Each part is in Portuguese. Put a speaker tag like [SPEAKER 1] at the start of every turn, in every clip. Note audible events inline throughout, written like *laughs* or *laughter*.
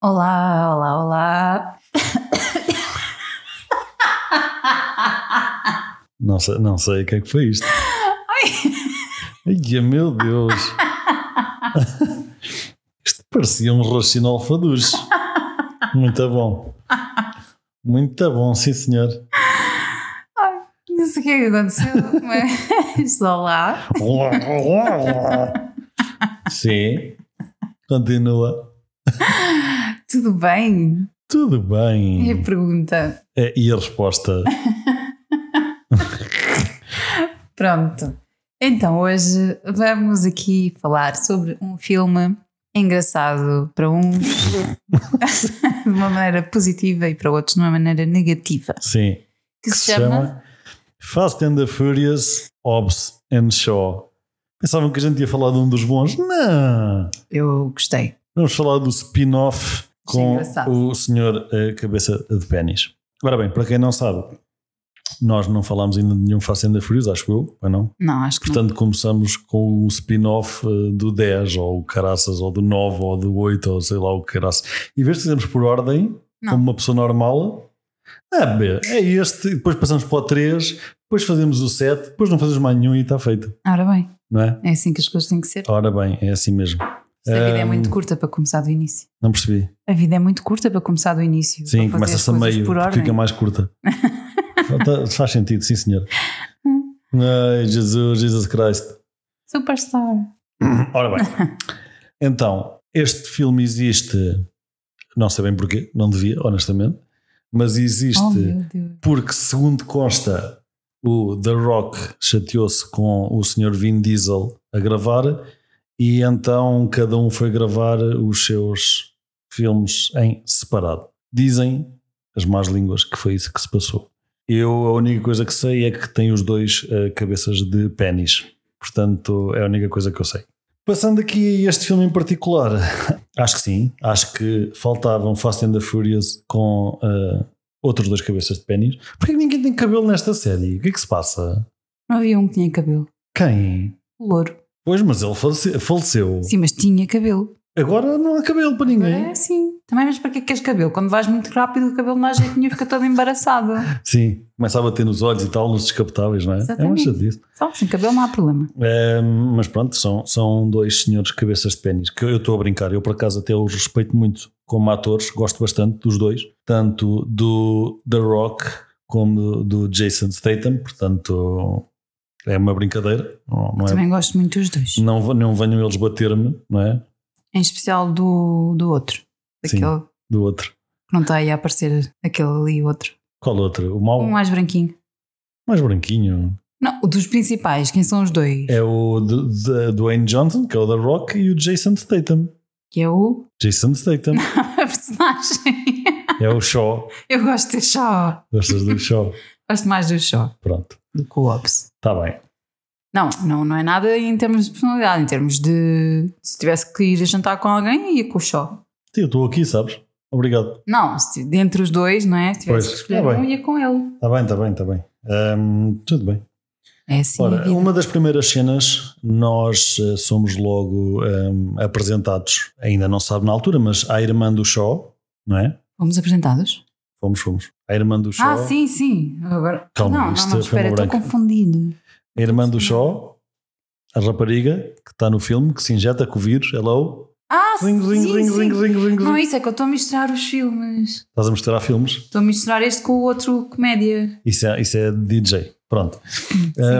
[SPEAKER 1] Olá, olá, olá.
[SPEAKER 2] Não sei, não sei o que é que foi isto.
[SPEAKER 1] Ai,
[SPEAKER 2] Ai, meu Deus! Isto parecia um roxinol alfaduche. Muito bom. Muito bom, sim senhor.
[SPEAKER 1] não sei o que é que aconteceu,
[SPEAKER 2] *laughs*
[SPEAKER 1] mas olá.
[SPEAKER 2] Sim. Continua.
[SPEAKER 1] Tudo bem?
[SPEAKER 2] Tudo
[SPEAKER 1] É a
[SPEAKER 2] bem.
[SPEAKER 1] pergunta.
[SPEAKER 2] É, E a resposta?
[SPEAKER 1] Pronto. Então, hoje vamos aqui falar sobre um filme engraçado para
[SPEAKER 2] *laughs*
[SPEAKER 1] uns de uma maneira positiva e para outros de uma maneira negativa.
[SPEAKER 2] Sim.
[SPEAKER 1] Que, se, chama?
[SPEAKER 2] Fast and the Furious, Hobbs and Shaw. Pensavam que a gente ia falar de um dos bons? Não!
[SPEAKER 1] Eu gostei.
[SPEAKER 2] Vamos falar do spin-off com
[SPEAKER 1] engraçado.
[SPEAKER 2] o senhor eh, cabeça de pênis. Ora bem, para quem não sabe, nós não falámos ainda de nenhum Fast and the Furious, acho eu, ou não?
[SPEAKER 1] Não, acho que
[SPEAKER 2] Portanto, começamos com o spin-off eh, do 10, ou o caraças, ou do 9, ou do 8, ou sei lá o que caraças. E vez de fazermos por ordem,
[SPEAKER 1] Não.
[SPEAKER 2] como uma pessoa normal, ah, bem, é este, e depois passamos para o 3, depois fazemos o 7, depois não fazemos mais nenhum e está feito,
[SPEAKER 1] não. Ora bem,
[SPEAKER 2] não é?
[SPEAKER 1] é assim que as coisas têm que ser.
[SPEAKER 2] Ora bem, é assim mesmo.
[SPEAKER 1] A vida é
[SPEAKER 2] Ahm,
[SPEAKER 1] muito curta para começar do início.
[SPEAKER 2] Não percebi.
[SPEAKER 1] A vida é muito curta para começar do início.
[SPEAKER 2] Sim,
[SPEAKER 1] para fazer as
[SPEAKER 2] começa-se a
[SPEAKER 1] coisas
[SPEAKER 2] meio,
[SPEAKER 1] por
[SPEAKER 2] porque
[SPEAKER 1] ordem.
[SPEAKER 2] fica mais
[SPEAKER 1] *laughs*
[SPEAKER 2] curta. Tá- Faz sentido, sim senhor. Ai, Jesus, Jesus Christ.
[SPEAKER 1] Superstar.
[SPEAKER 2] Ora bem, então, este filme existe, não sei bem porquê, não devia, honestamente, mas
[SPEAKER 1] Oh
[SPEAKER 2] existe
[SPEAKER 1] meu Deus.
[SPEAKER 2] porque, segundo consta, o The Rock chateou-se com o Sr. Vin Diesel a gravar e então cada um foi gravar os seus filmes em separado. Dizem as más línguas que foi isso que se passou. Eu, a única coisa que sei é que tem os dois eh, cabeças de pênis. Portanto, é a única coisa que eu sei. Passando aqui a este filme em particular, *laughs* acho que sim, acho que faltavam Fast and the Furious com eh, outros dois cabeças de pênis. Porquê que ninguém tem cabelo nesta série? O que é que se passa?
[SPEAKER 1] Não havia um que tinha cabelo.
[SPEAKER 2] Quem?
[SPEAKER 1] O louro.
[SPEAKER 2] Pois, mas ele falece- faleceu.
[SPEAKER 1] Sim, mas tinha cabelo.
[SPEAKER 2] Agora não há cabelo
[SPEAKER 1] Agora
[SPEAKER 2] para ninguém.
[SPEAKER 1] É assim. Também, mas para que é que queres cabelo? Quando vais muito rápido, o cabelo na jeitinho fica todo
[SPEAKER 2] *laughs*
[SPEAKER 1] embaraçado.
[SPEAKER 2] Sim, começa a bater nos olhos e tal, nos descapotáveis, não é?
[SPEAKER 1] Exatamente.
[SPEAKER 2] É uma chatice.
[SPEAKER 1] Só sem cabelo não há problema.
[SPEAKER 2] É, mas pronto, são, são dois senhores cabeças de pênis que eu estou a brincar. Eu, por acaso, até os respeito muito como atores, gosto bastante dos dois, tanto do The Rock como do Jason Statham. Portanto, é uma brincadeira, não, não é?
[SPEAKER 1] Também gosto muito dos dois.
[SPEAKER 2] Não, va- não venham eles bater-me, não é?
[SPEAKER 1] Em especial do, do outro.
[SPEAKER 2] Sim.
[SPEAKER 1] Daquele
[SPEAKER 2] Do outro.
[SPEAKER 1] que não está aí a aparecer. Aquele ali, outro.
[SPEAKER 2] Qual outro? O mau?
[SPEAKER 1] Um mais branquinho.
[SPEAKER 2] Mais branquinho.
[SPEAKER 1] Não, o dos principais. Quem são os dois?
[SPEAKER 2] É o D- D- Dwayne Johnson, que é o The Rock, e o Jason Statham.
[SPEAKER 1] Que é o. *laughs*
[SPEAKER 2] Jason Statham
[SPEAKER 1] a personagem.
[SPEAKER 2] é o Shaw.
[SPEAKER 1] Eu gosto de Shaw.
[SPEAKER 2] Gostas do Shaw?
[SPEAKER 1] Gosto mais do Shaw
[SPEAKER 2] Pronto,
[SPEAKER 1] do que o Hobbs.
[SPEAKER 2] está bem.
[SPEAKER 1] Não, não, não é nada em termos de personalidade, em termos de se tivesse que ir a jantar com alguém, ia com o show.
[SPEAKER 2] Sim, Eu estou aqui, sabes? Obrigado.
[SPEAKER 1] Não, se, dentre os dois, não é? Se tivesse
[SPEAKER 2] Pois,
[SPEAKER 1] que escolher
[SPEAKER 2] tá bem.
[SPEAKER 1] um, ia com ele.
[SPEAKER 2] Está bem, está bem, está bem. Ahm, tudo bem.
[SPEAKER 1] É assim. a
[SPEAKER 2] Ora,
[SPEAKER 1] vida.
[SPEAKER 2] uma das primeiras cenas, nós eh, somos logo ahm, apresentados, ainda não se sabe na altura, mas à irmã do Shaw, não é?
[SPEAKER 1] Fomos apresentados?
[SPEAKER 2] Fomos, fomos. A irmã do Shaw.
[SPEAKER 1] Ah, sim, sim. Agora.
[SPEAKER 2] Calma,
[SPEAKER 1] não,
[SPEAKER 2] isto
[SPEAKER 1] não, não,
[SPEAKER 2] foi
[SPEAKER 1] espera,
[SPEAKER 2] uma
[SPEAKER 1] estou
[SPEAKER 2] branca.
[SPEAKER 1] confundido.
[SPEAKER 2] A irmã do Shaw, a rapariga que está no filme, que se injeta com o vírus, hello.
[SPEAKER 1] Ah,
[SPEAKER 2] Ring, ring,
[SPEAKER 1] sim,
[SPEAKER 2] ring,
[SPEAKER 1] sim.
[SPEAKER 2] ring, ring, ring,
[SPEAKER 1] Não,
[SPEAKER 2] ring.
[SPEAKER 1] isso é que eu estou a misturar os filmes.
[SPEAKER 2] Estás a misturar filmes?
[SPEAKER 1] Estou a misturar este com o outro comédia.
[SPEAKER 2] Isso é, isso é DJ. Pronto.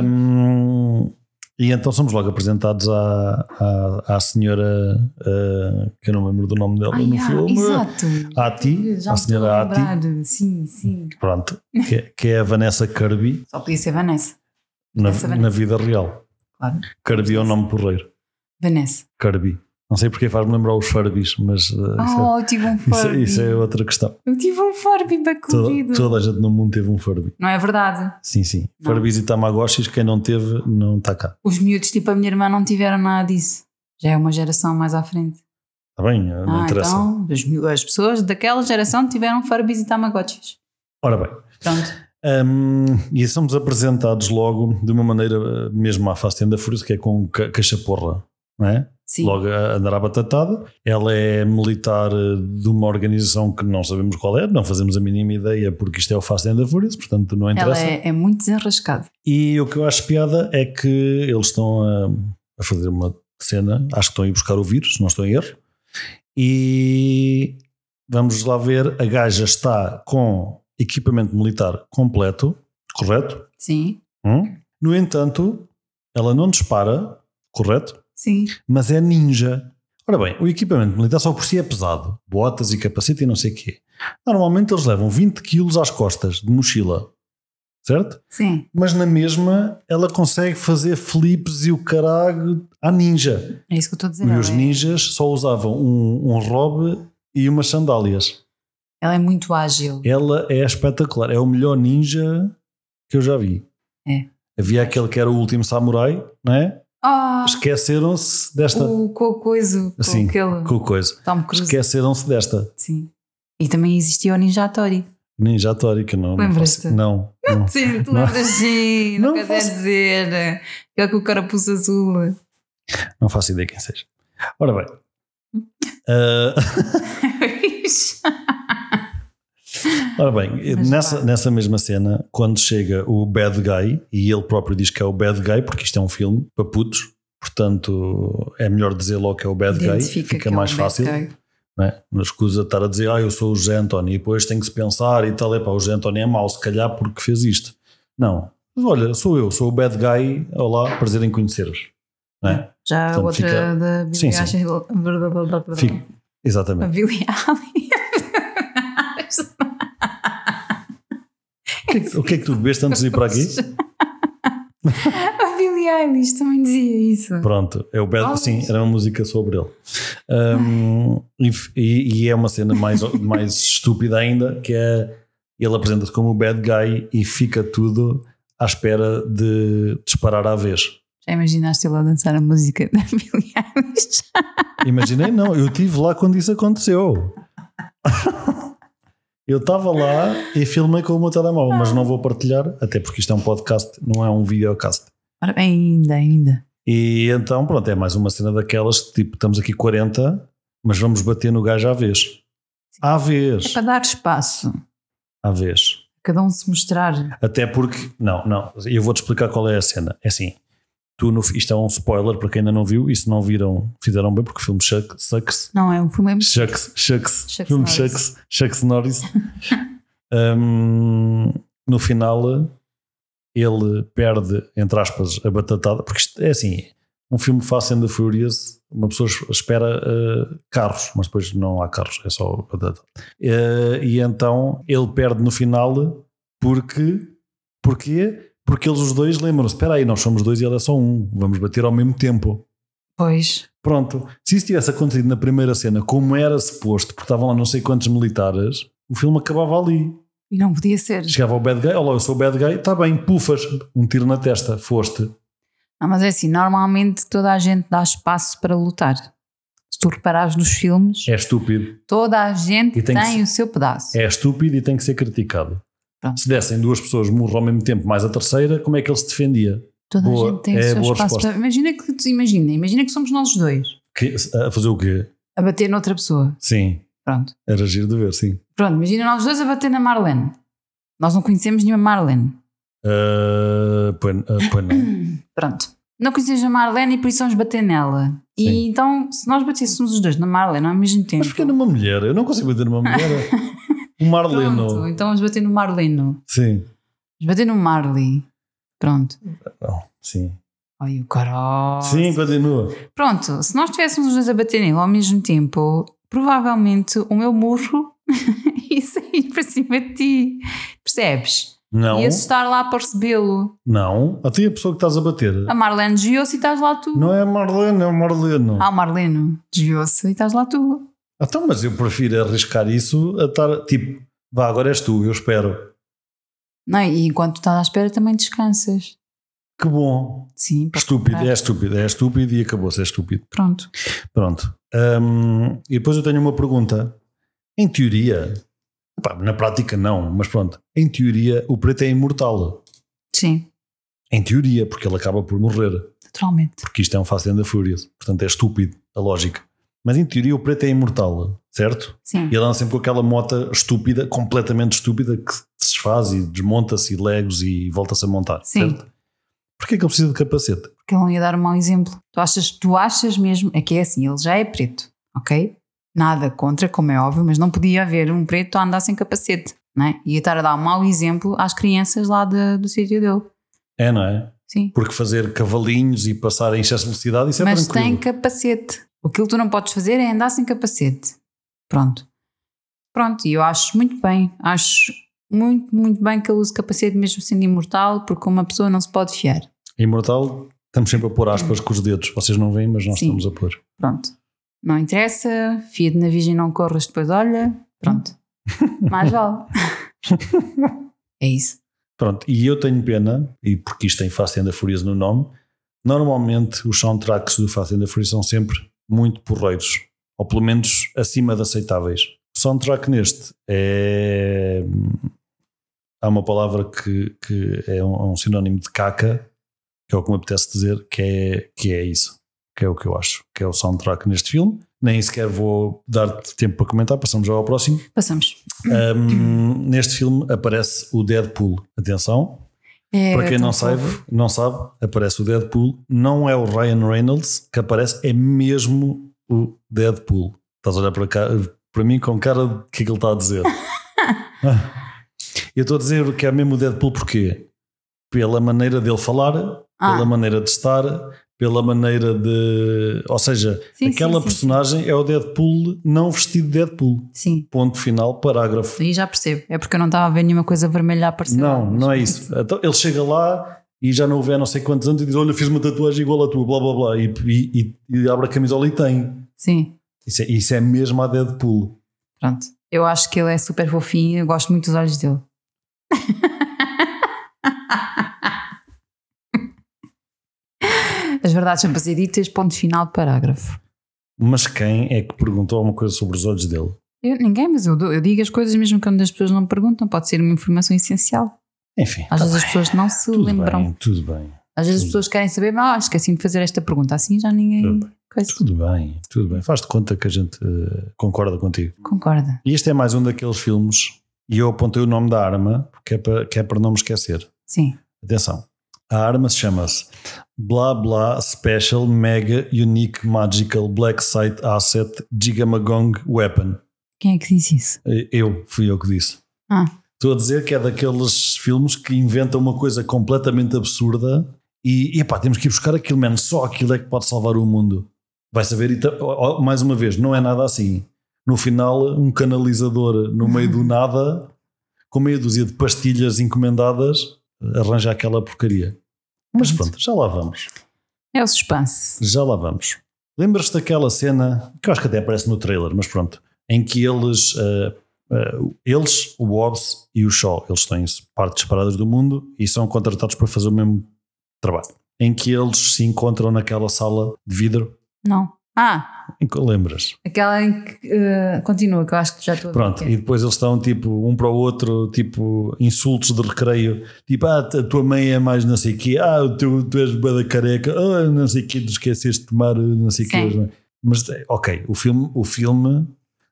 [SPEAKER 2] Hum, e então somos logo apresentados à, à, à senhora ah, que eu não me lembro do nome dela
[SPEAKER 1] Ai,
[SPEAKER 2] no
[SPEAKER 1] ah,
[SPEAKER 2] filme.
[SPEAKER 1] Exato.
[SPEAKER 2] Ati,
[SPEAKER 1] Já
[SPEAKER 2] a
[SPEAKER 1] me estou
[SPEAKER 2] senhora Ati,
[SPEAKER 1] lembrar. Sim, sim.
[SPEAKER 2] pronto, que, é- que é a Vanessa Kirby
[SPEAKER 1] Só podia ser Vanessa.
[SPEAKER 2] na,
[SPEAKER 1] Vanessa
[SPEAKER 2] na vida real.
[SPEAKER 1] Claro.
[SPEAKER 2] Kirby é o nome porreiro.
[SPEAKER 1] Vanessa.
[SPEAKER 2] Kirby. Não sei porque faz-me lembrar os Furbies, mas ah, isso é-
[SPEAKER 1] Oh, eu tive um
[SPEAKER 2] isso,
[SPEAKER 1] Furby.
[SPEAKER 2] isso é outra questão.
[SPEAKER 1] Eu tive um Furby
[SPEAKER 2] Toda,
[SPEAKER 1] bacurido.
[SPEAKER 2] toda a gente no mundo teve um Furby.
[SPEAKER 1] Não é verdade?
[SPEAKER 2] Sim, sim.
[SPEAKER 1] Não.
[SPEAKER 2] Furbies e Tamagotchis, quem não teve, não está cá.
[SPEAKER 1] Os miúdos, tipo a minha irmã, não tiveram nada disso. Já é uma geração mais à frente.
[SPEAKER 2] Está Tá bem, não
[SPEAKER 1] ah,
[SPEAKER 2] interessa.
[SPEAKER 1] então os miú- as pessoas daquela geração tiveram Furbies e Tamagotchis.
[SPEAKER 2] Ora bem.
[SPEAKER 1] Pronto.
[SPEAKER 2] hum, e somos apresentados logo de uma maneira eh, mesmo à face da Furiosa, que é com ca- caixa porra, não é?
[SPEAKER 1] Sim.
[SPEAKER 2] logo a andar à batatada. Ela é militar eh, de uma organização que não sabemos qual é, não fazemos a mínima ideia, porque isto é o Fast and the Furious, portanto não
[SPEAKER 1] Ela
[SPEAKER 2] interessa.
[SPEAKER 1] é, é muito desenrascada.
[SPEAKER 2] E o que eu acho piada é que eles estão a, a fazer uma cena, acho que estão a ir buscar o vírus, se não estou em erro, e vamos lá ver, a gaja está com equipamento militar completo, correto?
[SPEAKER 1] Sim.
[SPEAKER 2] Hum? No entanto, ela não dispara, correto?
[SPEAKER 1] Sim.
[SPEAKER 2] mas é ninja. Ora bem, o equipamento militar só por si é pesado, botas e capacete e não sei o quê. Normalmente eles levam 20 quilos às costas de mochila, certo?
[SPEAKER 1] Sim.
[SPEAKER 2] Mas na mesma ela consegue fazer flips e o caralho à ninja.
[SPEAKER 1] É isso que eu estou a dizer.
[SPEAKER 2] e
[SPEAKER 1] Ela
[SPEAKER 2] os
[SPEAKER 1] é,
[SPEAKER 2] ninjas só usavam um, um robe e umas sandálias.
[SPEAKER 1] ela é muito ágil.
[SPEAKER 2] Ela é espetacular, é o melhor ninja que eu já vi.
[SPEAKER 1] É.
[SPEAKER 2] Havia aquele que era o último samurai, não é?
[SPEAKER 1] Ah,
[SPEAKER 2] Esqueceram-se desta
[SPEAKER 1] o, com o coiso, com
[SPEAKER 2] Sim,
[SPEAKER 1] aquele
[SPEAKER 2] co- coisa.
[SPEAKER 1] Tom Cruise.
[SPEAKER 2] Esqueceram-se desta.
[SPEAKER 1] Sim. E também existia o Ninja Tori.
[SPEAKER 2] Ninja Tori, que não. não
[SPEAKER 1] Lembras-te?
[SPEAKER 2] faço- Não. não.
[SPEAKER 1] Sim, tu
[SPEAKER 2] Não.
[SPEAKER 1] lembras sim, não,
[SPEAKER 2] Não
[SPEAKER 1] quer
[SPEAKER 2] faço-
[SPEAKER 1] dizer. Aquele com o carapuço azul.
[SPEAKER 2] Não faço ideia quem seja. Ora bem.
[SPEAKER 1] *laughs*
[SPEAKER 2] Ah, ora bem, eh,
[SPEAKER 1] Mas
[SPEAKER 2] nessa,
[SPEAKER 1] vá.
[SPEAKER 2] nessa mesma cena, quando chega o bad guy, e ele próprio diz que é o bad guy, porque isto é um filme para putos, portanto é melhor dizer logo que é o bad guy,
[SPEAKER 1] Identifica que
[SPEAKER 2] fica
[SPEAKER 1] é um
[SPEAKER 2] mais
[SPEAKER 1] bad
[SPEAKER 2] fácil.
[SPEAKER 1] guy.
[SPEAKER 2] não é? Não escusa de estar a dizer, ah, eu sou o José António, e depois tem que se pensar e tal, epá, o José António é mau, se calhar porque fez isto. Não. Mas olha, sou eu, sou o bad guy, olá, prazer em conhecer-vos. Não é?
[SPEAKER 1] Já a
[SPEAKER 2] Portanto,
[SPEAKER 1] outra
[SPEAKER 2] fica-
[SPEAKER 1] da Billie
[SPEAKER 2] Sim, sim.
[SPEAKER 1] Eilish- blá, blá, blá, blá, blá.
[SPEAKER 2] Fico-
[SPEAKER 1] A
[SPEAKER 2] Exatamente.
[SPEAKER 1] Billie Eilish.
[SPEAKER 2] O que é que- O que é que tu bebeste antes de ir para aqui?
[SPEAKER 1] A Billie Eilish também dizia isso.
[SPEAKER 2] Pronto, é o Bad,
[SPEAKER 1] Ah,
[SPEAKER 2] sim,
[SPEAKER 1] mas-
[SPEAKER 2] era uma música sobre ele. Um, e, e- e é uma cena mais, *laughs* mais estúpida ainda, que é ele apresenta-se como o bad guy e fica tudo à espera de disparar à vez.
[SPEAKER 1] Já imaginaste ele a dançar a música da *laughs* Billie Eilish?
[SPEAKER 2] Imaginei, não, eu estive lá quando isso aconteceu. *laughs* Eu estava lá e filmei com o meu telemóvel, mas não vou partilhar, até porque isto é um podcast, não é um videocast.
[SPEAKER 1] Ora bem, ainda, ainda.
[SPEAKER 2] E então, pronto, é mais uma cena daquelas que tipo, estamos aqui 40, mas vamos bater no gajo à vez. À
[SPEAKER 1] É
[SPEAKER 2] vez.
[SPEAKER 1] para dar espaço.
[SPEAKER 2] À vez.
[SPEAKER 1] Cada um se mostrar.
[SPEAKER 2] Até porque. Não, não. Eu vou-te explicar qual é a cena. É assim. Tu no, isto é um spoiler para quem ainda não viu e se não viram, fizeram bem, porque o filme Shuck- sucks.
[SPEAKER 1] Não é um filme. é-
[SPEAKER 2] Shucks. Shucks.
[SPEAKER 1] Chuck
[SPEAKER 2] filme
[SPEAKER 1] Norris.
[SPEAKER 2] Shucks. Shucks Norris. *laughs* Hum, no final, ele perde, entre aspas, a batatada. Porque isto é assim: um filme Fast and the Furious, uma pessoa espera eh, carros, mas depois não há carros, é só batata. Eh, e então ele perde no final porque. Porquê? Porque eles os dois lembram-se: espera aí, nós somos dois e ele é só um, vamos bater ao mesmo tempo.
[SPEAKER 1] Pois.
[SPEAKER 2] Pronto, se isso tivesse acontecido na primeira cena, como era suposto, porque estavam lá não sei quantos militares, o filme acabava ali.
[SPEAKER 1] E não podia ser.
[SPEAKER 2] Chegava o bad guy, olá, eu sou o bad guy, está bem, pufas, um tiro na testa, foste.
[SPEAKER 1] Não, mas é assim, normalmente toda a gente dá espaço para lutar. Se tu reparares nos filmes,
[SPEAKER 2] É estúpido,
[SPEAKER 1] toda a gente
[SPEAKER 2] E tem
[SPEAKER 1] tem,
[SPEAKER 2] que se-
[SPEAKER 1] o seu pedaço.
[SPEAKER 2] é estúpido e tem que ser criticado.
[SPEAKER 1] Pronto.
[SPEAKER 2] Se dessem duas pessoas murro ao mesmo tempo, mais a terceira, como é que ele se defendia?
[SPEAKER 1] toda
[SPEAKER 2] boa,
[SPEAKER 1] a gente tem
[SPEAKER 2] é
[SPEAKER 1] o seu
[SPEAKER 2] boa
[SPEAKER 1] espaço.
[SPEAKER 2] resposta.
[SPEAKER 1] Para... Imagina que tu- imagina, imagina que somos nós os dois
[SPEAKER 2] Que- a fazer o quê?
[SPEAKER 1] a bater noutra pessoa.
[SPEAKER 2] Sim,
[SPEAKER 1] Pronto.
[SPEAKER 2] era giro de ver, sim.
[SPEAKER 1] Pronto, imagina nós os dois a bater na Marlene. Nós não conhecemos nenhuma Marlene.
[SPEAKER 2] Ah, pois, ah, pois não.
[SPEAKER 1] Pronto. Não conhecemos a Marlene e por isso vamos bater nela. E
[SPEAKER 2] Sim.
[SPEAKER 1] então, se nós batêssemos os dois na Marlene ao mesmo tempo.
[SPEAKER 2] Mas porque numa mulher? Eu não consigo bater numa mulher. O Marleno.
[SPEAKER 1] Pronto, então vamos bater no Marleno.
[SPEAKER 2] Sim.
[SPEAKER 1] Vamos bater no Marley. Pronto.
[SPEAKER 2] Não, sim.
[SPEAKER 1] Ai, o caralho.
[SPEAKER 2] Sim, continua.
[SPEAKER 1] Pronto, se nós estivéssemos os dois a bater nele ao mesmo tempo, provavelmente o meu murro *laughs* ia sair para cima de ti. Percebes?
[SPEAKER 2] Não,
[SPEAKER 1] Ias estar lá para recebê-lo.
[SPEAKER 2] não. Até a pessoa que estás a bater.
[SPEAKER 1] A Marlene desviou-se e estás lá tu.
[SPEAKER 2] Não é a Marlene, é o Marleno.
[SPEAKER 1] Ah, o Marleno desviou-se e estás lá tu.
[SPEAKER 2] Então, mas eu prefiro arriscar isso a estar tipo, vá, agora és tu, eu espero.
[SPEAKER 1] Não, e enquanto estás à espera também descansas.
[SPEAKER 2] Que bom.
[SPEAKER 1] Sim, para
[SPEAKER 2] Estúpido,
[SPEAKER 1] comprar.
[SPEAKER 2] é estúpido, é estúpido e acabou-se, é estúpido.
[SPEAKER 1] Pronto.
[SPEAKER 2] Pronto. Hum, e depois eu tenho uma pergunta. Em teoria, pá, na prática não, mas pronto. Em teoria, o preto é imortal.
[SPEAKER 1] Sim.
[SPEAKER 2] Em teoria, porque ele acaba por morrer.
[SPEAKER 1] naturalmente.
[SPEAKER 2] porque isto é um Fast and the Furious, portanto é estúpido a lógica. Mas em teoria o preto é imortal, certo?
[SPEAKER 1] Sim.
[SPEAKER 2] E ele anda sempre com aquela mota estúpida, completamente estúpida, que se desfaz e desmonta-se e legos e volta-se a montar.
[SPEAKER 1] Sim.
[SPEAKER 2] Certo? Porquê é que ele precisa de capacete?
[SPEAKER 1] porque ele não ia dar um mau exemplo. Tu achas, tu achas mesmo, é que é assim, ele já é preto, ok? Nada contra, como é óbvio, mas não podia haver um preto a andar sem capacete, não é? Ia estar a dar um mau exemplo às crianças lá da- do sítio dele,
[SPEAKER 2] É, não é?
[SPEAKER 1] sim.
[SPEAKER 2] Porque fazer cavalinhos e passar em excesso de velocidade, isso é
[SPEAKER 1] mas tem
[SPEAKER 2] tranquilo.
[SPEAKER 1] capacete. Aquilo que tu não podes fazer é andar sem capacete. Pronto. Pronto, e eu acho muito bem, acho muito, muito bem que ele use capacete mesmo sendo imortal, porque uma pessoa não se pode fiar.
[SPEAKER 2] Imortal, estamos sempre a pôr aspas com os dedos. Vocês não veem, mas nós
[SPEAKER 1] Sim.
[SPEAKER 2] estamos a pôr.
[SPEAKER 1] Pronto. Não interessa, fia de na virgem não corras, depois olha. Pronto.
[SPEAKER 2] *laughs*
[SPEAKER 1] Mais vale. é isso.
[SPEAKER 2] Pronto, e eu tenho pena, e porque isto tem Fast and the Furious no nome, normalmente os soundtracks do Fast and the Furious são sempre muito porreiros, ou pelo menos acima de aceitáveis. O soundtrack neste é... Há uma palavra que, que é um, um sinónimo de caca, que é o que me apetece dizer, que é, que é isso, que é o que eu acho, que é o soundtrack neste filme. Nem sequer vou dar-te tempo para comentar, passamos já ao próximo.
[SPEAKER 1] Passamos.
[SPEAKER 2] Um, neste filme aparece o Deadpool. Atenção,
[SPEAKER 1] É
[SPEAKER 2] para quem
[SPEAKER 1] tão
[SPEAKER 2] não sabe,
[SPEAKER 1] fofo.
[SPEAKER 2] não sabe, aparece o Deadpool. Não é o Ryan Reynolds que aparece, é mesmo o Deadpool. Estás a olhar para, cá, para mim com cara de o que é que ele está a
[SPEAKER 1] *laughs*
[SPEAKER 2] dizer. Ah. Eu estou a dizer que é mesmo o Deadpool porquê? Pela maneira dele falar,
[SPEAKER 1] Ah.
[SPEAKER 2] pela maneira de estar, pela maneira de. Ou seja,
[SPEAKER 1] Ah, Sim, sim,
[SPEAKER 2] aquela
[SPEAKER 1] sim,
[SPEAKER 2] personagem é o Deadpool não vestido de Deadpool.
[SPEAKER 1] Sim,
[SPEAKER 2] Ponto final, parágrafo.
[SPEAKER 1] aí já percebo. É porque eu não estava a ver nenhuma coisa vermelha a aparecer. lá, assim.
[SPEAKER 2] Não,
[SPEAKER 1] mas
[SPEAKER 2] não é
[SPEAKER 1] pronto.
[SPEAKER 2] isso. Então, ele chega lá e já não houve há não sei quantos anos e diz: Olha, fiz uma tatuagem igual à tua, blá blá blá. E, e- e- e abre a camisola e tem.
[SPEAKER 1] Sim,
[SPEAKER 2] Isso é, isso é mesmo a Deadpool.
[SPEAKER 1] pronto. Eu acho que ele é super fofinho, eu gosto muito dos olhos
[SPEAKER 2] *laughs*
[SPEAKER 1] dele. As verdades são para ser ditas, ponto final, parágrafo.
[SPEAKER 2] Mas quem é que perguntou alguma coisa sobre os olhos dele?
[SPEAKER 1] Eu- ninguém, mas eu, dou- eu digo as coisas mesmo quando as pessoas não me perguntam, pode ser uma informação essencial.
[SPEAKER 2] Enfim,
[SPEAKER 1] Às
[SPEAKER 2] tá
[SPEAKER 1] vezes as pessoas não se
[SPEAKER 2] tudo
[SPEAKER 1] lembram.
[SPEAKER 2] bem, tudo bem,
[SPEAKER 1] Às vezes as
[SPEAKER 2] Tudo.
[SPEAKER 1] pessoas querem saber, mas ah, esqueci de fazer esta pergunta. Assim já
[SPEAKER 2] tudo
[SPEAKER 1] ninguém
[SPEAKER 2] bem,
[SPEAKER 1] coisa.
[SPEAKER 2] tudo bem, tudo bem. Faz de conta que a gente eh, concorda contigo.
[SPEAKER 1] concorda.
[SPEAKER 2] E este é mais um daqueles filmes, e eu apontei o nome da arma, porque é para, que é para não me esquecer.
[SPEAKER 1] Sim.
[SPEAKER 2] Atenção, a arma se chama-se Blah Blah Special Mega Unique Magical Black Site Asset Gigamagong Weapon.
[SPEAKER 1] Quem é que disse isso?
[SPEAKER 2] Eh, Eu, fui eu que disse.
[SPEAKER 1] Ah.
[SPEAKER 2] Estou a dizer que é daqueles filmes que inventam uma coisa completamente absurda e, epá, temos que ir buscar aquilo, man. Só aquilo é que pode salvar o mundo. Vai saber, e ta- ó, ó, mais uma vez, não é nada assim. No final, um canalizador no meio do nada, com meia dúzia de pastilhas encomendadas, arranja aquela porcaria. Mas pronto, já lá vamos.
[SPEAKER 1] É o suspense.
[SPEAKER 2] Já lá vamos. Lembras-te daquela cena, que eu acho que até aparece no trailer, mas pronto, em que eles, ah, ah, eles, o Hobbs e o Shaw, eles têm partes separadas do mundo e são contratados para fazer o mesmo trabalho. Em que eles se encontram naquela sala de vidro.
[SPEAKER 1] Não. Ah,
[SPEAKER 2] Em que- Lembras?
[SPEAKER 1] aquela em que. eh, continua, que eu acho que já estou a ver
[SPEAKER 2] Pronto,
[SPEAKER 1] o que é.
[SPEAKER 2] e depois eles estão tipo um para o outro, tipo insultos de recreio, tipo ah, a tua mãe é mais não sei o quê, ah, o teu, tu és bué da careca, ah, não sei o quê, te esqueceste de tomar ah, não sei o
[SPEAKER 1] Sim.
[SPEAKER 2] quê. Mas eh, ok, o filme, o filme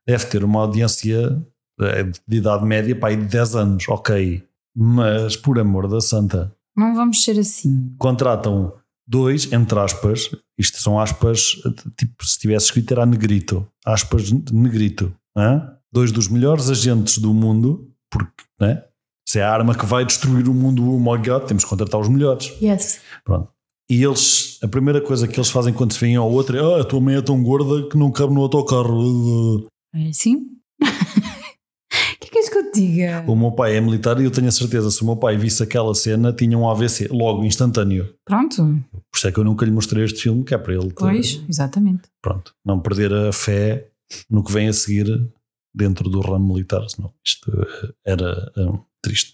[SPEAKER 2] deve ter uma audiência eh, de idade média para aí de 10 anos, ok, mas por amor da santa,
[SPEAKER 1] Não vamos ser assim.
[SPEAKER 2] contratam dois, entre aspas, isto são aspas, tipo, se tivesse escrito era negrito, aspas negrito, hã? dois dos melhores agentes do mundo, porque né? se é a arma que vai destruir o mundo, oh my god, temos que contratar os melhores.
[SPEAKER 1] Yes.
[SPEAKER 2] E eles, a primeira coisa que eles fazem quando se veem ao outro é: ah, a tua mãe é tão gorda que não cabe no autocarro.
[SPEAKER 1] É assim? *laughs* O que é que és que eu te diga?
[SPEAKER 2] O meu pai é militar e eu tenho a certeza, se o meu pai visse aquela cena, tinha um AVC logo instantâneo.
[SPEAKER 1] Pronto.
[SPEAKER 2] Por isso é que eu nunca lhe mostrei este filme, que é para ele. ter-
[SPEAKER 1] Pois, exatamente.
[SPEAKER 2] pronto, não perder a fé no que vem a seguir dentro do ramo militar, senão isto eh, era eh, triste.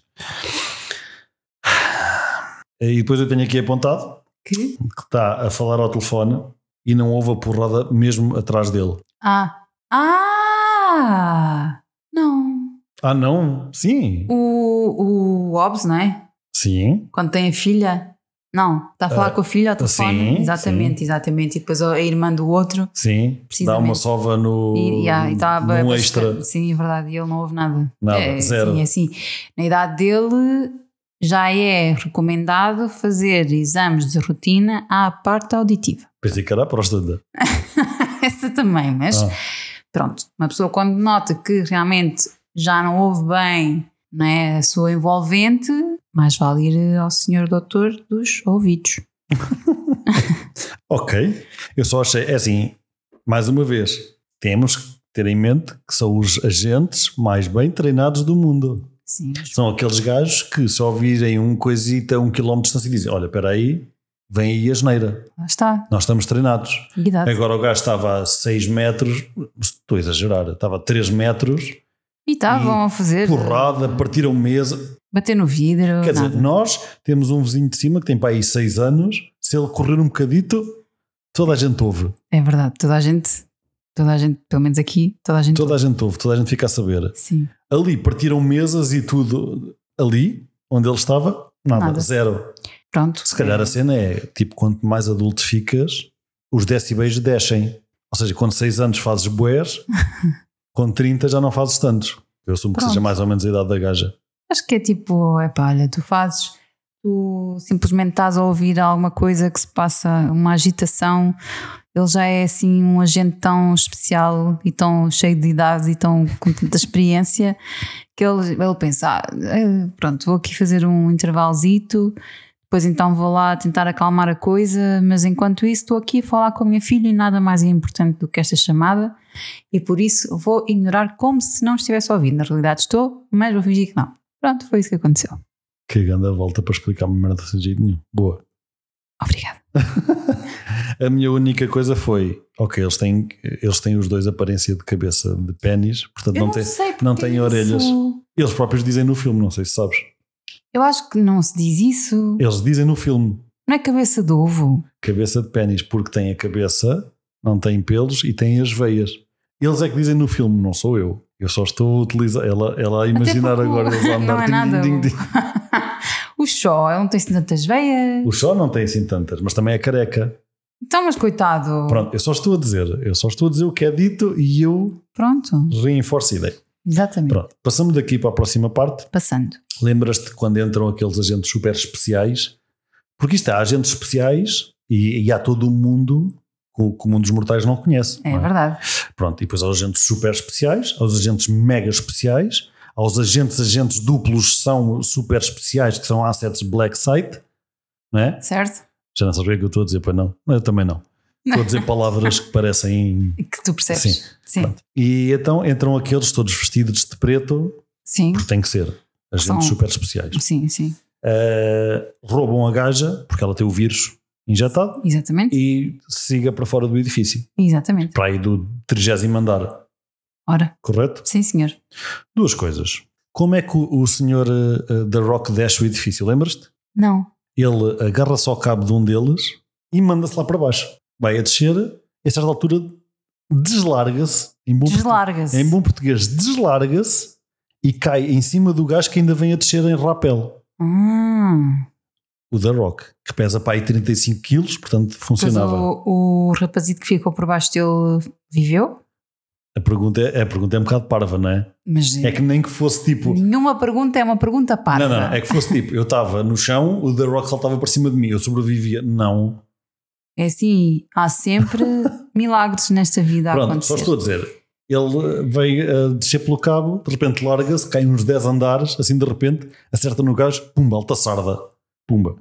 [SPEAKER 2] E depois eu tenho aqui apontado
[SPEAKER 1] Que?
[SPEAKER 2] que está a falar ao telefone e não houve a porrada mesmo atrás dele.
[SPEAKER 1] Ah. Ah! Não.
[SPEAKER 2] Ah, não? Sim.
[SPEAKER 1] O, o Hobbes, não é?
[SPEAKER 2] Sim.
[SPEAKER 1] Quando tem a filha. Não, está a falar
[SPEAKER 2] Ah,
[SPEAKER 1] com o filho ao telefone.
[SPEAKER 2] sim,
[SPEAKER 1] exatamente, exatamente. E depois a irmã do outro.
[SPEAKER 2] Sim, dá uma
[SPEAKER 1] Precisamente.
[SPEAKER 2] sova no
[SPEAKER 1] E, e, ah, e estava a-
[SPEAKER 2] num
[SPEAKER 1] a-
[SPEAKER 2] extra.
[SPEAKER 1] Sim, é verdade. E ele não ouve nada.
[SPEAKER 2] Nada,
[SPEAKER 1] é,
[SPEAKER 2] zero.
[SPEAKER 1] Sim, é assim. Na idade dele já é recomendado fazer exames de rotina à parte auditiva.
[SPEAKER 2] Pensei que era a próstata.
[SPEAKER 1] *laughs* Essa também, mas
[SPEAKER 2] Ah.
[SPEAKER 1] pronto. Uma pessoa quando nota que realmente já não ouve bem não é, a sua envolvente, mais vale ir eh, ao senhor doutor dos ouvidos.
[SPEAKER 2] Ok. Eu só achei, é assim, mais uma vez, temos que ter em mente que são os agentes mais bem treinados do mundo.
[SPEAKER 1] Sim, mas
[SPEAKER 2] São aqueles gajos que só virem um coisita a um quilómetro de distância e dizem: Olha, espera aí, vem aí a geneira.
[SPEAKER 1] lá está.
[SPEAKER 2] Nós estamos treinados.
[SPEAKER 1] Idade.
[SPEAKER 2] Agora o gajo estava a 6 metros, estou a exagerar, estava a 3 metros,
[SPEAKER 1] E estavam a fazer.
[SPEAKER 2] porrada, partiram mesa.
[SPEAKER 1] Bater no vidro.
[SPEAKER 2] Quer dizer,
[SPEAKER 1] nada.
[SPEAKER 2] nós temos um vizinho de cima que tem para aí 6 anos, se ele correr um bocadito, toda a gente ouve.
[SPEAKER 1] É verdade, toda a gente, toda a gente, pelo menos aqui, toda a gente.
[SPEAKER 2] Toda a gente ouve, toda a gente fica a saber.
[SPEAKER 1] Sim,
[SPEAKER 2] Ali partiram mesas e tudo ali, onde ele estava, nada,
[SPEAKER 1] Nada.
[SPEAKER 2] zero.
[SPEAKER 1] pronto.
[SPEAKER 2] Se calhar a cena é tipo, quanto mais adulto ficas, os decibéis descem. Ou seja, quando 6 anos fazes boés, com 30 já não fazes tantos. Eu assumo que
[SPEAKER 1] Pronto.
[SPEAKER 2] seja mais ou menos a idade da gaja.
[SPEAKER 1] Acho que é tipo, é pá, olha, tu fazes, tu simplesmente estás a ouvir alguma coisa que se passa, uma agitação. Ele já é assim um agente tão especial e tão cheio de idade e tão com tanta experiência que ele, ele pensa: "Ah, eh, pronto, vou aqui fazer um intervalzito, depois então vou lá tentar acalmar a coisa, mas enquanto isso estou aqui a falar com a minha filha e nada mais é importante do que esta chamada e por isso vou ignorar como se não estivesse a ouvir. Na realidade estou, mas vou fingir que não. Pronto, foi isso que aconteceu.
[SPEAKER 2] Que grande volta para explicar uma merda sem jeito nenhum. Boa.
[SPEAKER 1] Obrigada.
[SPEAKER 2] A minha única coisa foi: ok, eles têm, eles têm os dois aparência de cabeça de pênis, portanto não, tem,
[SPEAKER 1] sei
[SPEAKER 2] não tem orelhas. Eles próprios dizem no filme, não sei se sabes.
[SPEAKER 1] Eu acho que não se diz isso.
[SPEAKER 2] Eles dizem no filme
[SPEAKER 1] Não é cabeça de ovo. *laughs*
[SPEAKER 2] cabeça de pênis porque tem a cabeça, não tem pelos e tem as veias. Eles é que dizem no filme, não sou eu. Eu só estou a utilizar. Ela, ela a imaginar
[SPEAKER 1] porque o- *laughs*
[SPEAKER 2] agora eles a andar.
[SPEAKER 1] não é
[SPEAKER 2] din,
[SPEAKER 1] nada.
[SPEAKER 2] din, din, din.
[SPEAKER 1] o Shaw, ele não tem assim tantas veias.
[SPEAKER 2] O Shaw não tem assim tantas, mas também é careca.
[SPEAKER 1] Então, mas coitado.
[SPEAKER 2] Pronto, eu só estou a dizer. Eu só estou a dizer o que é dito e eu
[SPEAKER 1] Pronto,
[SPEAKER 2] reenforço a ideia.
[SPEAKER 1] Exatamente.
[SPEAKER 2] Pronto, passamos daqui para a próxima parte.
[SPEAKER 1] Passando.
[SPEAKER 2] Lembras-te quando entram aqueles agentes super especiais? Porque isto é, há agentes especiais e, e há todo um mundo que o, que o mundo dos mortais não conhece.
[SPEAKER 1] É
[SPEAKER 2] não é?
[SPEAKER 1] verdade.
[SPEAKER 2] Pronto, e depois aos agentes super especiais, aos agentes mega especiais, aos agentes agentes duplos são super especiais, que são assets black site, não é?
[SPEAKER 1] Certo?
[SPEAKER 2] Já não sabes o que é que eu estou a dizer, pois não? Eu também não. Estou a dizer palavras que parecem.
[SPEAKER 1] E Que tu percebes.
[SPEAKER 2] Sim.
[SPEAKER 1] Sim.
[SPEAKER 2] E então entram aqueles todos vestidos de preto,
[SPEAKER 1] Sim.
[SPEAKER 2] porque tem que ser. Agentes
[SPEAKER 1] São-
[SPEAKER 2] super especiais.
[SPEAKER 1] Sim, sim.
[SPEAKER 2] Eh, roubam a gaja, porque ela tem o vírus injetado,
[SPEAKER 1] Exatamente.
[SPEAKER 2] e siga para fora do edifício,
[SPEAKER 1] Exatamente.
[SPEAKER 2] para aí do 30 andar,
[SPEAKER 1] Ora,
[SPEAKER 2] correto?
[SPEAKER 1] sim, senhor.
[SPEAKER 2] Duas coisas. Como é que o, o senhor eh, eh, da Rock desce o edifício, lembras-te?
[SPEAKER 1] Não.
[SPEAKER 2] Ele agarra só o cabo de um deles e manda-se lá para baixo. Vai a descer, e a certa altura deslarga-se. Em bom,
[SPEAKER 1] Deslarga-se.
[SPEAKER 2] em bom português, deslarga-se e cai em cima do gajo que ainda vem a descer em rapel.
[SPEAKER 1] Ah.
[SPEAKER 2] O da Rock, que pesa para aí 35 quilos, portanto
[SPEAKER 1] Pois
[SPEAKER 2] funcionava.
[SPEAKER 1] o, o rapazito que ficou por baixo dele viveu?
[SPEAKER 2] A, pergunta é, a pergunta é um bocado parva, não é?
[SPEAKER 1] Mas
[SPEAKER 2] É que nem que fosse tipo.
[SPEAKER 1] nenhuma pergunta é uma pergunta parva.
[SPEAKER 2] Não, não, não, é que fosse tipo, eu estava no chão, o The Rock saltava para cima de mim, eu sobrevivia. Não,
[SPEAKER 1] É assim, há
[SPEAKER 2] *laughs*
[SPEAKER 1] sempre milagres nesta vida tá a
[SPEAKER 2] Pronto, só
[SPEAKER 1] acontecer.
[SPEAKER 2] estou a dizer. Ele eh, veio a descer pelo cabo, de repente larga-se, cai uns 10 andares, assim de repente, acerta no gajo, pumba, alta sarda, pumba.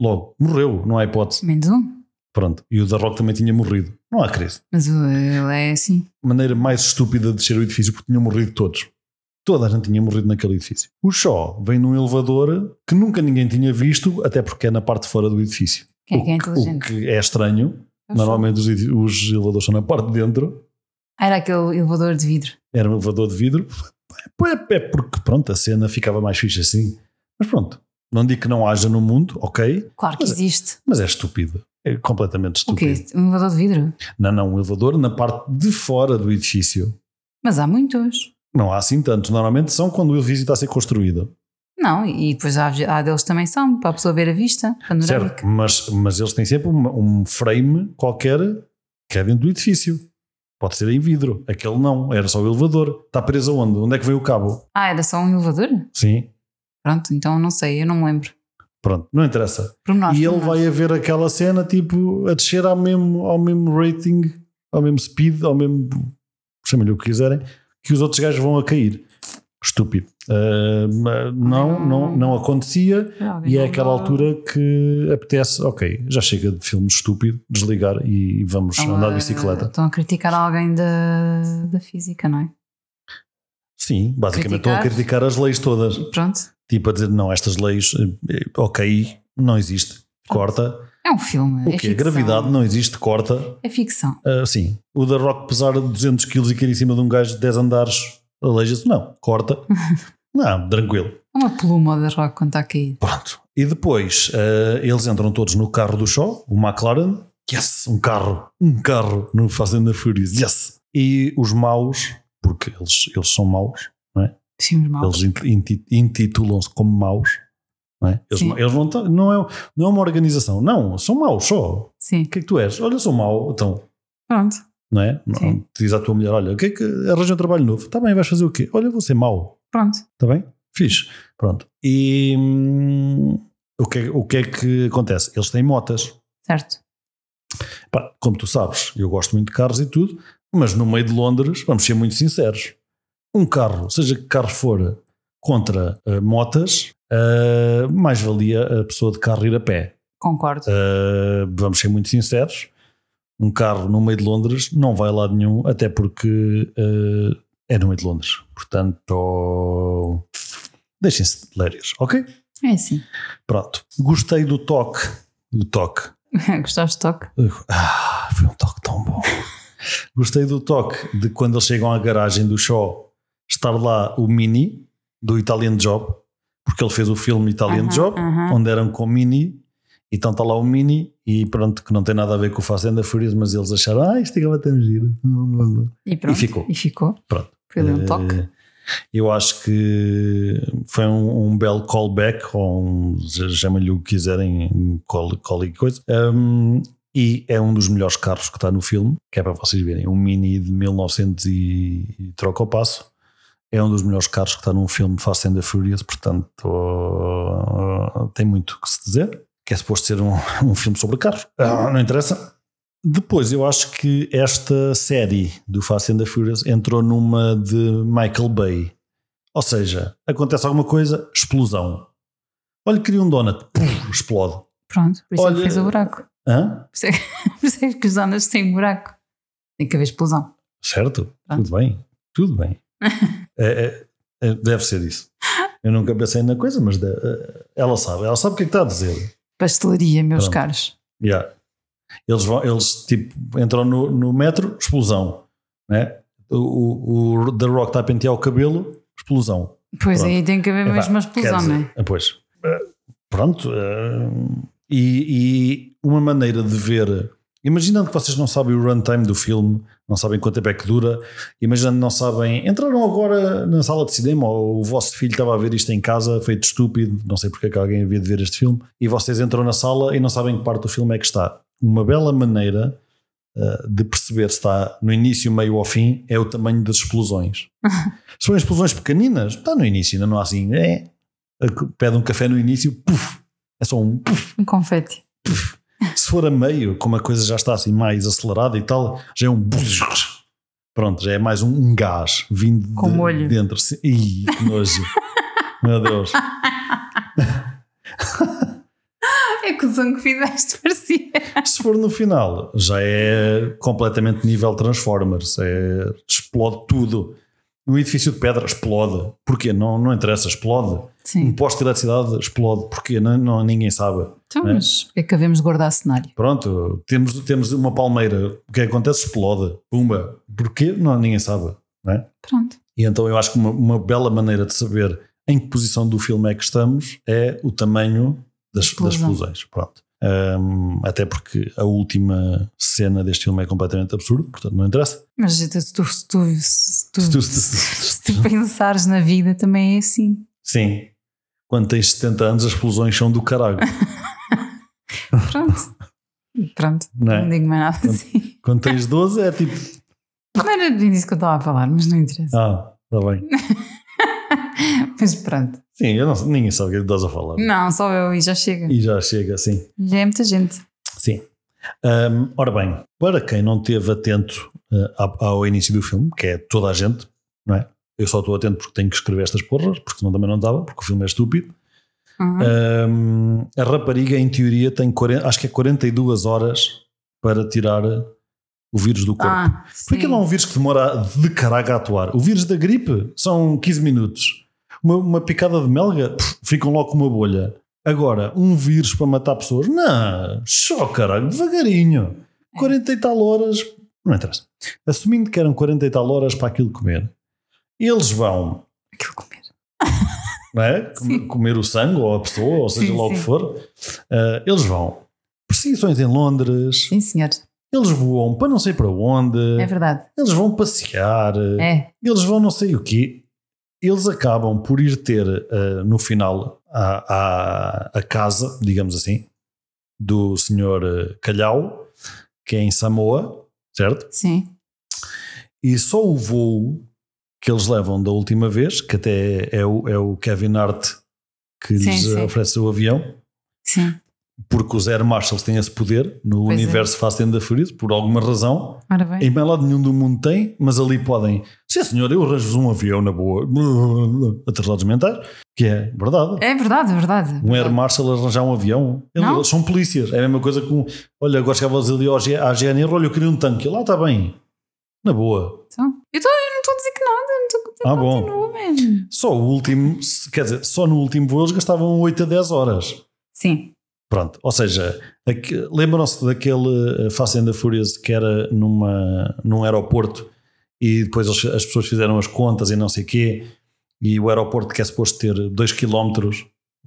[SPEAKER 2] Logo, morreu, não há hipótese.
[SPEAKER 1] Menos um.
[SPEAKER 2] Pronto, e o The Rock também tinha morrido. Não há crise.
[SPEAKER 1] Mas o- ele é assim.
[SPEAKER 2] Maneira mais estúpida de descer o edifício, porque tinham morrido todos. Toda a gente tinha morrido naquele edifício. O Shaw vem num elevador que nunca ninguém tinha visto, até porque é na parte de fora do edifício.
[SPEAKER 1] Quem é que é
[SPEAKER 2] O que- o
[SPEAKER 1] inteligente?
[SPEAKER 2] que é estranho. Normalmente os, edi- os elevadores são na parte de dentro.
[SPEAKER 1] Ah, Era aquele elevador de vidro.
[SPEAKER 2] era um elevador de vidro. É é porque, pronto, a cena ficava mais fixa assim. Mas pronto, não digo que não haja no mundo, ok,
[SPEAKER 1] Claro que
[SPEAKER 2] Mas é-
[SPEAKER 1] existe.
[SPEAKER 2] mas é estúpido. É completamente
[SPEAKER 1] O quê?
[SPEAKER 2] estúpido.
[SPEAKER 1] Um elevador de vidro?
[SPEAKER 2] Não, não, um elevador na parte de fora do edifício.
[SPEAKER 1] Mas há muitos.
[SPEAKER 2] Não há assim tantos. Normalmente são quando o edifício está a ser construído.
[SPEAKER 1] Não, e depois há, há deles também são, para a pessoa ver a vista panorâmica.
[SPEAKER 2] Certo, mas, mas eles têm sempre uma- um frame qualquer que é dentro do edifício. Pode ser em vidro. Aquele não, era só o elevador. Está preso onde? Onde é que veio o cabo?
[SPEAKER 1] Ah, era só um elevador?
[SPEAKER 2] Sim,
[SPEAKER 1] Pronto, então não sei, eu não me lembro.
[SPEAKER 2] pronto, não interessa.
[SPEAKER 1] Pormenores,
[SPEAKER 2] e ele
[SPEAKER 1] pormenores.
[SPEAKER 2] vai a ver aquela cena, tipo, a descer ao mesmo, ao mesmo rating, ao mesmo speed, ao mesmo. chamem-lhe o que quiserem, que os outros gajos vão a cair. Estúpido. Ah, mas não, não, não acontecia.
[SPEAKER 1] Alguém
[SPEAKER 2] E é
[SPEAKER 1] não
[SPEAKER 2] aquela
[SPEAKER 1] dá-
[SPEAKER 2] altura que apetece, ok, já chega de filme estúpido, desligar e vamos
[SPEAKER 1] Estão
[SPEAKER 2] andar
[SPEAKER 1] a-
[SPEAKER 2] de bicicleta.
[SPEAKER 1] Estão a criticar alguém da, da física, não é?
[SPEAKER 2] Sim, basicamente
[SPEAKER 1] Criticar.
[SPEAKER 2] estão a criticar as leis todas.
[SPEAKER 1] Pronto.
[SPEAKER 2] Tipo a dizer, não, estas leis, eh, ok, não existe, corta.
[SPEAKER 1] É um filme.
[SPEAKER 2] O
[SPEAKER 1] é
[SPEAKER 2] quê?
[SPEAKER 1] ficção.
[SPEAKER 2] Gravidade não existe, corta.
[SPEAKER 1] É ficção.
[SPEAKER 2] Ah, sim, o da Rock pesar 200 kg e cair em cima de um gajo de 10 andares, aleija-se, não, corta. não, tranquilo.
[SPEAKER 1] É uma pluma da rock quando está a cair.
[SPEAKER 2] Pronto. E depois eh, eles entram todos no carro do show, o McLaren. Yes, um carro, um carro no Fazenda Furious. Yes. E os maus, porque eles, eles são maus,
[SPEAKER 1] Filmes mal.
[SPEAKER 2] eles inti- inti- intitulam-se como maus. Não é? Eles,
[SPEAKER 1] Sim.
[SPEAKER 2] não, eles não, tão- não, é, não é uma organização, não, são maus só.
[SPEAKER 1] Sim.
[SPEAKER 2] O que é que tu és? Olha, eu sou mau, então,
[SPEAKER 1] Pronto.
[SPEAKER 2] não é?
[SPEAKER 1] Sim.
[SPEAKER 2] Diz à tua mulher: olha, o que é que arranja um trabalho novo? Está bem, vais fazer o quê? Olha, eu vou ser mau.
[SPEAKER 1] Pronto.
[SPEAKER 2] Está bem? Fixe. Pronto. E hum, o, que é, o que é que acontece? Eles têm motas.
[SPEAKER 1] Certo.
[SPEAKER 2] Pá, como tu sabes, eu gosto muito de carros e tudo, mas no meio de Londres, vamos ser muito sinceros, um carro, seja que carro for, contra eh, motas, eh, mais valia a pessoa de carro ir a pé.
[SPEAKER 1] Concordo.
[SPEAKER 2] Eh, vamos ser muito sinceros, um carro no meio de Londres não vai a lado nenhum, até porque eh, é no meio de Londres. Portanto, deixem-se de lérias, ok?
[SPEAKER 1] É assim. *laughs*
[SPEAKER 2] Pronto. Gostei do toque. Do toque.
[SPEAKER 1] Gostaste de toque?
[SPEAKER 2] Ah, foi um toque tão bom. *laughs* Gostei do toque de quando eles chegam à garagem do show estar lá o Mini do Italian Job, porque ele fez o filme Italian
[SPEAKER 1] Aham,
[SPEAKER 2] Job,
[SPEAKER 1] aham.
[SPEAKER 2] onde eram com o Mini, então está lá o Mini, e pronto, que não tem nada a ver com o Fazenda Furious, mas eles acharam, ah, isto é que vai ter giro.
[SPEAKER 1] E pronto.
[SPEAKER 2] ficou.
[SPEAKER 1] E ficou.
[SPEAKER 2] Pronto.
[SPEAKER 1] Foi ali um toque.
[SPEAKER 2] Eh, Eu acho que foi um, um belo callback, ou um, chamem-lhe o que quiserem, um call, call e coisa. Um, e é um dos melhores carros que está no filme, que é para vocês verem. Um Mini de 1900 e, e troca o passo. É um dos melhores carros que está num filme de Fast and the Furious, portanto, oh, tem muito o que se dizer. Que é suposto ser um, *laughs* um filme sobre carros. Ah, não interessa. Depois, eu acho que esta série do Fast and the Furious entrou numa de Michael Bay. Ou seja, acontece alguma coisa, explosão. Olha, queria um donut, puf, explode.
[SPEAKER 1] Pronto. Por isso é
[SPEAKER 2] Olha-
[SPEAKER 1] que fez o buraco. *laughs*
[SPEAKER 2] Hã?
[SPEAKER 1] Por isso é que os ondas têm buraco. Tem que haver explosão.
[SPEAKER 2] Certo?
[SPEAKER 1] Ah.
[SPEAKER 2] Tudo bem, tudo bem. É, é, é, deve ser isso. Eu nunca pensei na coisa, mas de- é, ela sabe, ela sabe o que é que está a dizer.
[SPEAKER 1] Pastelaria, meus
[SPEAKER 2] Pronto.
[SPEAKER 1] caros.
[SPEAKER 2] Yeah. Eles, vão, eles tipo, entram no, no metro, explosão. Né? O, o, o The Rock está a pentear o cabelo, explosão.
[SPEAKER 1] Pois
[SPEAKER 2] Pronto.
[SPEAKER 1] aí tem que haver
[SPEAKER 2] Epá,
[SPEAKER 1] mesmo uma
[SPEAKER 2] quer
[SPEAKER 1] explosão,
[SPEAKER 2] dizer,
[SPEAKER 1] não é?
[SPEAKER 2] ah, Pois. Ah, Pronto. ah, E, e uma maneira de ver. Imaginando que vocês não sabem o runtime do filme, não sabem quanto tempo é que dura, imaginando que não sabem. Entraram agora na sala de cinema ou o vosso filho estava a ver isto em casa, feito estúpido, não sei porque é que alguém havia de ver este filme, e vocês entram na sala e não sabem que parte do filme é que está. Uma bela maneira ah, de perceber se está no início, meio ou fim é o tamanho das explosões.
[SPEAKER 1] *laughs*
[SPEAKER 2] Se forem explosões pequeninas, está no início, ainda não há assim. É, pede um café no início, puf, é só um
[SPEAKER 1] *laughs*
[SPEAKER 2] puf.
[SPEAKER 1] Um confete.
[SPEAKER 2] Se for a meio, como a coisa já está assim mais acelerada e tal, já é um buzz. Pronto, já é mais um, um gás vindo
[SPEAKER 1] Com
[SPEAKER 2] de,
[SPEAKER 1] molho.
[SPEAKER 2] dentro. Sim. Ih, que
[SPEAKER 1] *laughs*
[SPEAKER 2] nojo. Meu Deus.
[SPEAKER 1] É que o som que fizeste parecia.
[SPEAKER 2] Se for no final, já é completamente nível Transformers. É, explode tudo. Um edifício de pedra explode. Porquê? Não, não interessa, explode. Um
[SPEAKER 1] Sim.
[SPEAKER 2] posto de eletricidade explode. Porquê? Não, não- ninguém sabe.
[SPEAKER 1] Então,
[SPEAKER 2] É.
[SPEAKER 1] mas porque é que havemos de guardar cenário?
[SPEAKER 2] Pronto, temos, temos uma palmeira. O que acontece? Explode. Pumba. Porquê? Não, ninguém sabe.
[SPEAKER 1] Pronto.
[SPEAKER 2] E então eu acho que uma, uma bela maneira de saber em que posição do filme é que estamos é o tamanho das,
[SPEAKER 1] Explosão.
[SPEAKER 2] das explosões. Pronto. Hum, até porque a última cena deste filme é completamente absurda, portanto não interessa.
[SPEAKER 1] Mas se tu, se tu, se tu, se tu-
[SPEAKER 2] Se tu-
[SPEAKER 1] se tu pensares na vida também é assim.
[SPEAKER 2] Sim. quando tens 70 anos, as explosões são do
[SPEAKER 1] *laughs*
[SPEAKER 2] caralho.
[SPEAKER 1] Pronto. Pronto.
[SPEAKER 2] Não
[SPEAKER 1] Não,
[SPEAKER 2] é?
[SPEAKER 1] digo mais nada assim.
[SPEAKER 2] Quando tens 12, é tipo.
[SPEAKER 1] Não era bem disso que eu estava a falar, mas não interessa.
[SPEAKER 2] Ah, está bem.
[SPEAKER 1] Mas pronto.
[SPEAKER 2] Sim, eu não, ninguém sabe o que é que estás a falar.
[SPEAKER 1] Não, só eu e já chega.
[SPEAKER 2] E já chega assim.
[SPEAKER 1] Já é muita gente.
[SPEAKER 2] Sim. Hum, ora bem, para quem não esteve atento eh, ao- ao início do filme, que é toda a gente, não é? Eu só estou atento porque tenho que escrever estas porras, porque senão também não dava, porque o filme é estúpido.
[SPEAKER 1] Uhum.
[SPEAKER 2] Hum, a rapariga, em teoria, tem 40, acho que é 42 horas para tirar eh, o vírus do corpo.
[SPEAKER 1] ah,
[SPEAKER 2] Porque aquilo é um vírus que demora de caraca a atuar. O vírus da gripe são 15 minutos. Uma, uma picada de melga, pff, ficam logo com uma bolha. Agora, um vírus para matar pessoas? Não, só caralho, devagarinho.
[SPEAKER 1] É.
[SPEAKER 2] 40 e tal horas. Não interessa. Assumindo que eram 40 e tal horas para aquilo comer, eles vão
[SPEAKER 1] Aquilo comer.
[SPEAKER 2] não é? Com-
[SPEAKER 1] Sim.
[SPEAKER 2] comer o sangue ou a pessoa, ou seja
[SPEAKER 1] Sim,
[SPEAKER 2] lá o que
[SPEAKER 1] sim.
[SPEAKER 2] for. Ah, eles vão. Perseguições em Londres,
[SPEAKER 1] Sim, senhor.
[SPEAKER 2] eles voam para não sei para onde,
[SPEAKER 1] É verdade.
[SPEAKER 2] eles vão passear. eh,
[SPEAKER 1] É.
[SPEAKER 2] Eles vão não sei o quê. Eles acabam por ir ter eh, no final a, a, a casa, digamos assim, do senhor eh, Calhau, que é em Samoa, certo?
[SPEAKER 1] Sim.
[SPEAKER 2] E só o voo que eles levam da última vez, que até é o, é o Kevin Hart que
[SPEAKER 1] Sim,
[SPEAKER 2] lhes eh,
[SPEAKER 1] sim.
[SPEAKER 2] oferece o avião,
[SPEAKER 1] Sim.
[SPEAKER 2] porque os Air Marshals têm esse poder no
[SPEAKER 1] Pois é.
[SPEAKER 2] universo Fast and the Furious, por alguma razão.
[SPEAKER 1] Ora bem.
[SPEAKER 2] Em bem lado nenhum do mundo tem, mas ali podem. Sim, senhor, eu arranjo-vos um avião na boa. *laughs* Atrasados mentais. Que é verdade.
[SPEAKER 1] É verdade, é verdade.
[SPEAKER 2] Um Air Marshal arranjar um avião. Eles
[SPEAKER 1] Não?
[SPEAKER 2] são polícias. É a mesma coisa que um. Olha, agora chegavas ali ao G- à GNR, olha, eu queria um tanque. Lá está bem. Na boa.
[SPEAKER 1] Então, eu, tô- eu não estou a dizer que nada. Não estou a dizer
[SPEAKER 2] Ah,
[SPEAKER 1] que
[SPEAKER 2] bom.
[SPEAKER 1] continua, man.
[SPEAKER 2] Só o último, se- quer dizer, só no último voo eles gastavam 8 a 10 horas.
[SPEAKER 1] Sim.
[SPEAKER 2] Pronto, ou seja, aque- lembram-se daquele eh, Fast and the Furious que era numa, num aeroporto e depois eles- as pessoas fizeram as contas e não sei quê, e o aeroporto que é suposto ter 2 km,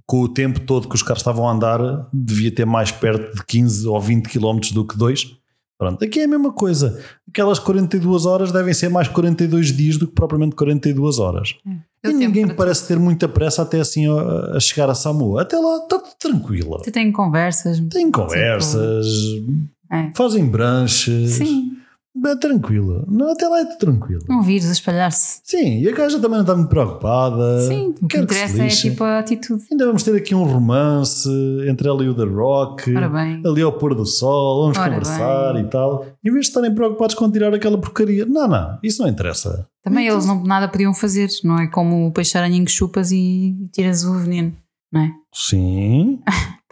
[SPEAKER 2] com o tempo todo que os carros estavam a andar, devia ter mais perto de 15 ou 20 km do que 2. Pronto, aqui é a mesma coisa. Aquelas 42 horas devem ser mais 42 dias do que propriamente 42 horas.
[SPEAKER 1] Eu
[SPEAKER 2] E
[SPEAKER 1] tenho
[SPEAKER 2] ninguém
[SPEAKER 1] para
[SPEAKER 2] parece ter muita pressa até assim a, a chegar a Samoa. Até lá está tudo tranquila.
[SPEAKER 1] Tu tem conversas.
[SPEAKER 2] Têm conversas,
[SPEAKER 1] É.
[SPEAKER 2] fazem branches.
[SPEAKER 1] Sim.
[SPEAKER 2] É tranquilo. Não, até lá é tranquilo.
[SPEAKER 1] Um vírus a espalhar-se.
[SPEAKER 2] Sim, e a gaja também não está muito preocupada.
[SPEAKER 1] Sim. O que
[SPEAKER 2] quer que se
[SPEAKER 1] interessa é
[SPEAKER 2] lixe.
[SPEAKER 1] tipo a atitude.
[SPEAKER 2] Ainda vamos ter aqui um romance entre ela e o The Rock.
[SPEAKER 1] Ora bem.
[SPEAKER 2] Ali ao pôr do sol, vamos
[SPEAKER 1] Ora
[SPEAKER 2] conversar
[SPEAKER 1] bem.
[SPEAKER 2] e tal. Em vez de estarem preocupados com tirar aquela porcaria. Não, não, isso não interessa.
[SPEAKER 1] Também eles não, nada podiam fazer, não é? Como o peixe-aranha que chupas e tiras o veneno, não é?
[SPEAKER 2] Sim.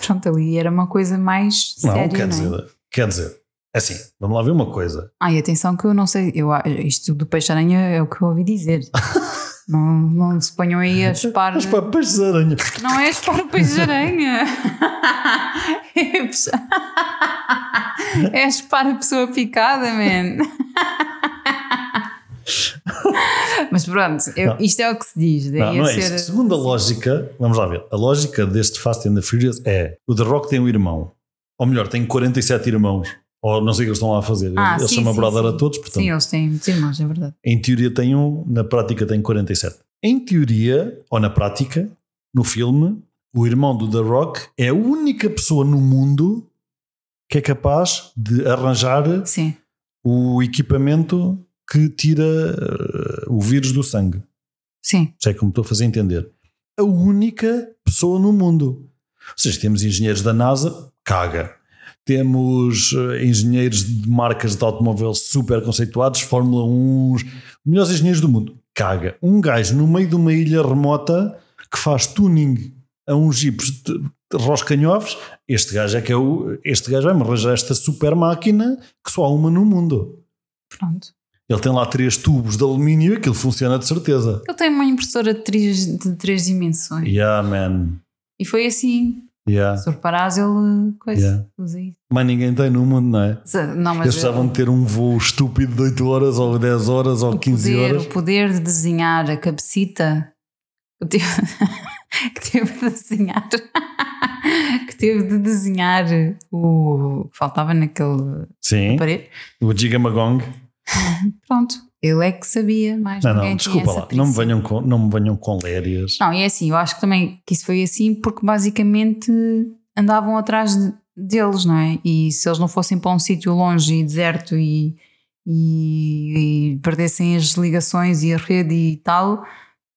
[SPEAKER 1] Pronto, ali era uma coisa mais
[SPEAKER 2] Não,
[SPEAKER 1] séria,
[SPEAKER 2] quer
[SPEAKER 1] não é?
[SPEAKER 2] dizer, quer dizer, é assim, vamos lá ver uma coisa.
[SPEAKER 1] Ai, atenção que eu não sei, eu, a- isto do peixe-aranha é o que eu ouvi
[SPEAKER 2] *laughs*
[SPEAKER 1] dizer. não, não se ponham aí a chupar...
[SPEAKER 2] Mas para peixes de aranha.
[SPEAKER 1] Não é chupar o
[SPEAKER 2] *laughs*
[SPEAKER 1] peixe-aranha! é pes- é chupar a pessoa picada, man! Mas pronto, eu-
[SPEAKER 2] Não.
[SPEAKER 1] isto é o que se diz.
[SPEAKER 2] Não,
[SPEAKER 1] Daí
[SPEAKER 2] não
[SPEAKER 1] a
[SPEAKER 2] é
[SPEAKER 1] ser...
[SPEAKER 2] isso. Segundo a lógica, vamos lá ver. A lógica deste Fast and the Furious é o The Rock tem um irmão, ou melhor, tem 47 irmãos, ou não sei o que eles estão lá a fazer.
[SPEAKER 1] Ah,
[SPEAKER 2] eles
[SPEAKER 1] sim,
[SPEAKER 2] chamam
[SPEAKER 1] sim,
[SPEAKER 2] brother
[SPEAKER 1] sim.
[SPEAKER 2] a todos, portanto,
[SPEAKER 1] Sim, eles têm muitos irmãos, é verdade.
[SPEAKER 2] em teoria tem um, na prática tem 47. Em teoria, ou na prática, no filme, o irmão do The Rock é a única pessoa no mundo que é capaz de arranjar
[SPEAKER 1] Sim.
[SPEAKER 2] o equipamento que tira eh, o vírus do sangue.
[SPEAKER 1] Sim,
[SPEAKER 2] Já é como estou a fazer entender. A única pessoa no mundo. Ou seja, temos engenheiros da NASA, caga. Temos eh, engenheiros de marcas de automóvel super conceituados, Fórmula 1, os melhores engenheiros do mundo, caga. Um gajo no meio de uma ilha remota que faz tuning a uns jipes de de roscanhovos, este gajo é que é o. Este gajo vai-me arranjar esta super máquina que só há uma no mundo.
[SPEAKER 1] pronto.
[SPEAKER 2] Ele tem lá três tubos de alumínio, aquilo funciona de certeza.
[SPEAKER 1] Ele tem uma impressora de três, de três dimensões.
[SPEAKER 2] Yeah, man.
[SPEAKER 1] E foi assim.
[SPEAKER 2] Yeah.
[SPEAKER 1] Se reparás, ele coisa,
[SPEAKER 2] Ah. Yeah.
[SPEAKER 1] usa isso.
[SPEAKER 2] Mas ninguém tem no mundo, não é?
[SPEAKER 1] Se- Não, mas
[SPEAKER 2] Eles precisavam de ter um voo estúpido de 8 horas ou 10 horas ou
[SPEAKER 1] o
[SPEAKER 2] 15
[SPEAKER 1] poder,
[SPEAKER 2] horas.
[SPEAKER 1] O poder de desenhar a cabecita que teve, *laughs* que teve de desenhar. *laughs* que teve de desenhar o que faltava naquele
[SPEAKER 2] Sim,
[SPEAKER 1] parede.
[SPEAKER 2] o Gigamagong.
[SPEAKER 1] Pronto. Ele é que sabia, mas
[SPEAKER 2] Não,
[SPEAKER 1] ninguém
[SPEAKER 2] não, desculpa
[SPEAKER 1] tinha essa
[SPEAKER 2] lá, não me,
[SPEAKER 1] perícia.
[SPEAKER 2] venham com, não me venham com lérias.
[SPEAKER 1] Não, e é assim, eu acho que também que isso foi assim porque basicamente andavam atrás de- deles, não é? E se eles não fossem para um sítio longe e deserto e, e- e perdessem as ligações e a rede e tal,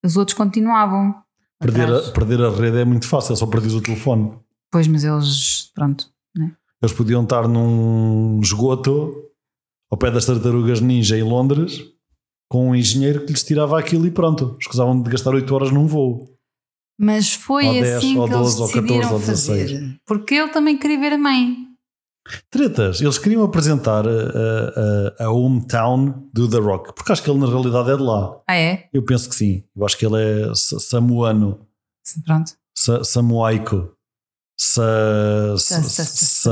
[SPEAKER 1] os outros continuavam.
[SPEAKER 2] Perder
[SPEAKER 1] atrás.
[SPEAKER 2] a, perder a rede é muito fácil, só perdes o telefone.
[SPEAKER 1] Pois, mas eles, pronto.
[SPEAKER 2] Eles podiam estar num esgoto ao pé das tartarugas ninja em Londres com um engenheiro que lhes tirava aquilo e pronto. Escusavam de gastar 8 horas num voo.
[SPEAKER 1] Mas foi
[SPEAKER 2] Ou 10,
[SPEAKER 1] assim
[SPEAKER 2] ou
[SPEAKER 1] que
[SPEAKER 2] 12, ou
[SPEAKER 1] eles
[SPEAKER 2] 14,
[SPEAKER 1] decidiram
[SPEAKER 2] ou 16.
[SPEAKER 1] fazer. Porque ele também queria ver a mãe.
[SPEAKER 2] Tretas, eles queriam apresentar a, a, a hometown do The Rock, porque acho que ele na realidade é de lá.
[SPEAKER 1] Ah, é?
[SPEAKER 2] Eu penso que sim. Eu acho que ele é sa- samoano,
[SPEAKER 1] Sim, Pronto.
[SPEAKER 2] sa- samoaico, sa-
[SPEAKER 1] Sa- sa-
[SPEAKER 2] sa-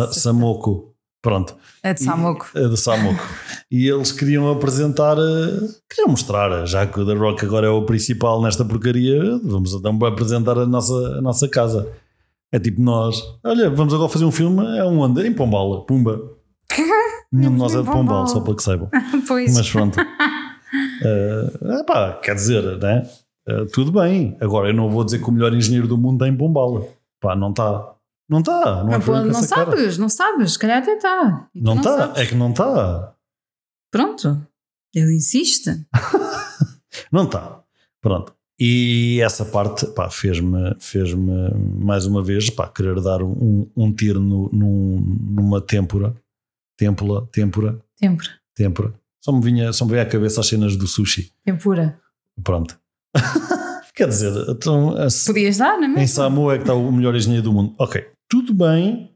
[SPEAKER 2] sa- samoco. Pronto.
[SPEAKER 1] É de Samoco. *laughs*
[SPEAKER 2] É de *laughs* Samoco. e eles queriam apresentar, eh, queriam mostrar, já que o The Rock agora é o principal nesta porcaria, vamos então apresentar a nossa, a nossa casa. É tipo nós, olha, vamos agora fazer um filme, é um onde? Em Pombal, *laughs* Pumba. Nenhum de nós é de Pombal, só para que saibam.
[SPEAKER 1] Pois.
[SPEAKER 2] Mas *laughs* pronto. Eh, epá, quer dizer, né? Eh, tudo bem. Agora eu não vou dizer que o melhor engenheiro do mundo é em Pombala. Pá, não está. Não está. Não, é
[SPEAKER 1] Ah,
[SPEAKER 2] para
[SPEAKER 1] pô,
[SPEAKER 2] ver com
[SPEAKER 1] não
[SPEAKER 2] essa cara.
[SPEAKER 1] sabes, não sabes, se calhar até está. E tu
[SPEAKER 2] Não está.
[SPEAKER 1] sabes.
[SPEAKER 2] É que não está.
[SPEAKER 1] Pronto, ele insiste.
[SPEAKER 2] Não está. Pronto. E essa parte pá, fez-me, fez-me mais uma vez pá, querer dar um, um tiro no- num- numa têmpora. Têmpora, têmpora,
[SPEAKER 1] Tempura.
[SPEAKER 2] têmpora. Só me, vinha, só me veio à cabeça as cenas do sushi.
[SPEAKER 1] Tempura.
[SPEAKER 2] Pronto. *laughs* Quer dizer, então, a-
[SPEAKER 1] Podias dar, não é
[SPEAKER 2] em
[SPEAKER 1] mesmo?
[SPEAKER 2] Samoa é que está o melhor engenheiro do mundo. Ok, tudo bem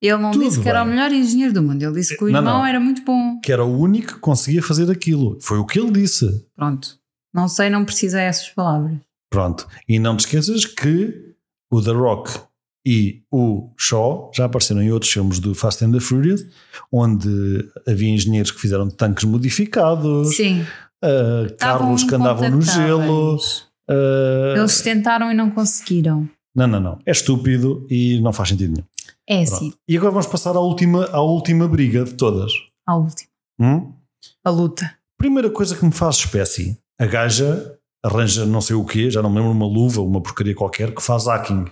[SPEAKER 1] Ele não
[SPEAKER 2] Tudo
[SPEAKER 1] disse que era o
[SPEAKER 2] bem.
[SPEAKER 1] melhor engenheiro do mundo, ele disse que o
[SPEAKER 2] Não,
[SPEAKER 1] irmão
[SPEAKER 2] não.
[SPEAKER 1] era muito bom.
[SPEAKER 2] que era o único que conseguia fazer aquilo. Foi o que ele disse.
[SPEAKER 1] Pronto, não sei, não precisa essas palavras.
[SPEAKER 2] Pronto. E não te esqueças que o The Rock e o Shaw já apareceram em outros filmes do Fast and the Furious, onde havia engenheiros que fizeram tanques modificados,
[SPEAKER 1] Sim,
[SPEAKER 2] ah, carros que andavam no gelo.
[SPEAKER 1] incontactáveis.
[SPEAKER 2] ah,
[SPEAKER 1] Eles tentaram e não conseguiram.
[SPEAKER 2] Não, não, não. É estúpido e não faz sentido nenhum.
[SPEAKER 1] É
[SPEAKER 2] Pronto.
[SPEAKER 1] assim,
[SPEAKER 2] E agora vamos passar à última, à última briga de todas.
[SPEAKER 1] a última,
[SPEAKER 2] Hum?
[SPEAKER 1] a luta.
[SPEAKER 2] Primeira coisa que me faz espécie, a gaja arranja não sei o quê, já não me lembro, uma luva, uma porcaria qualquer, que faz hacking.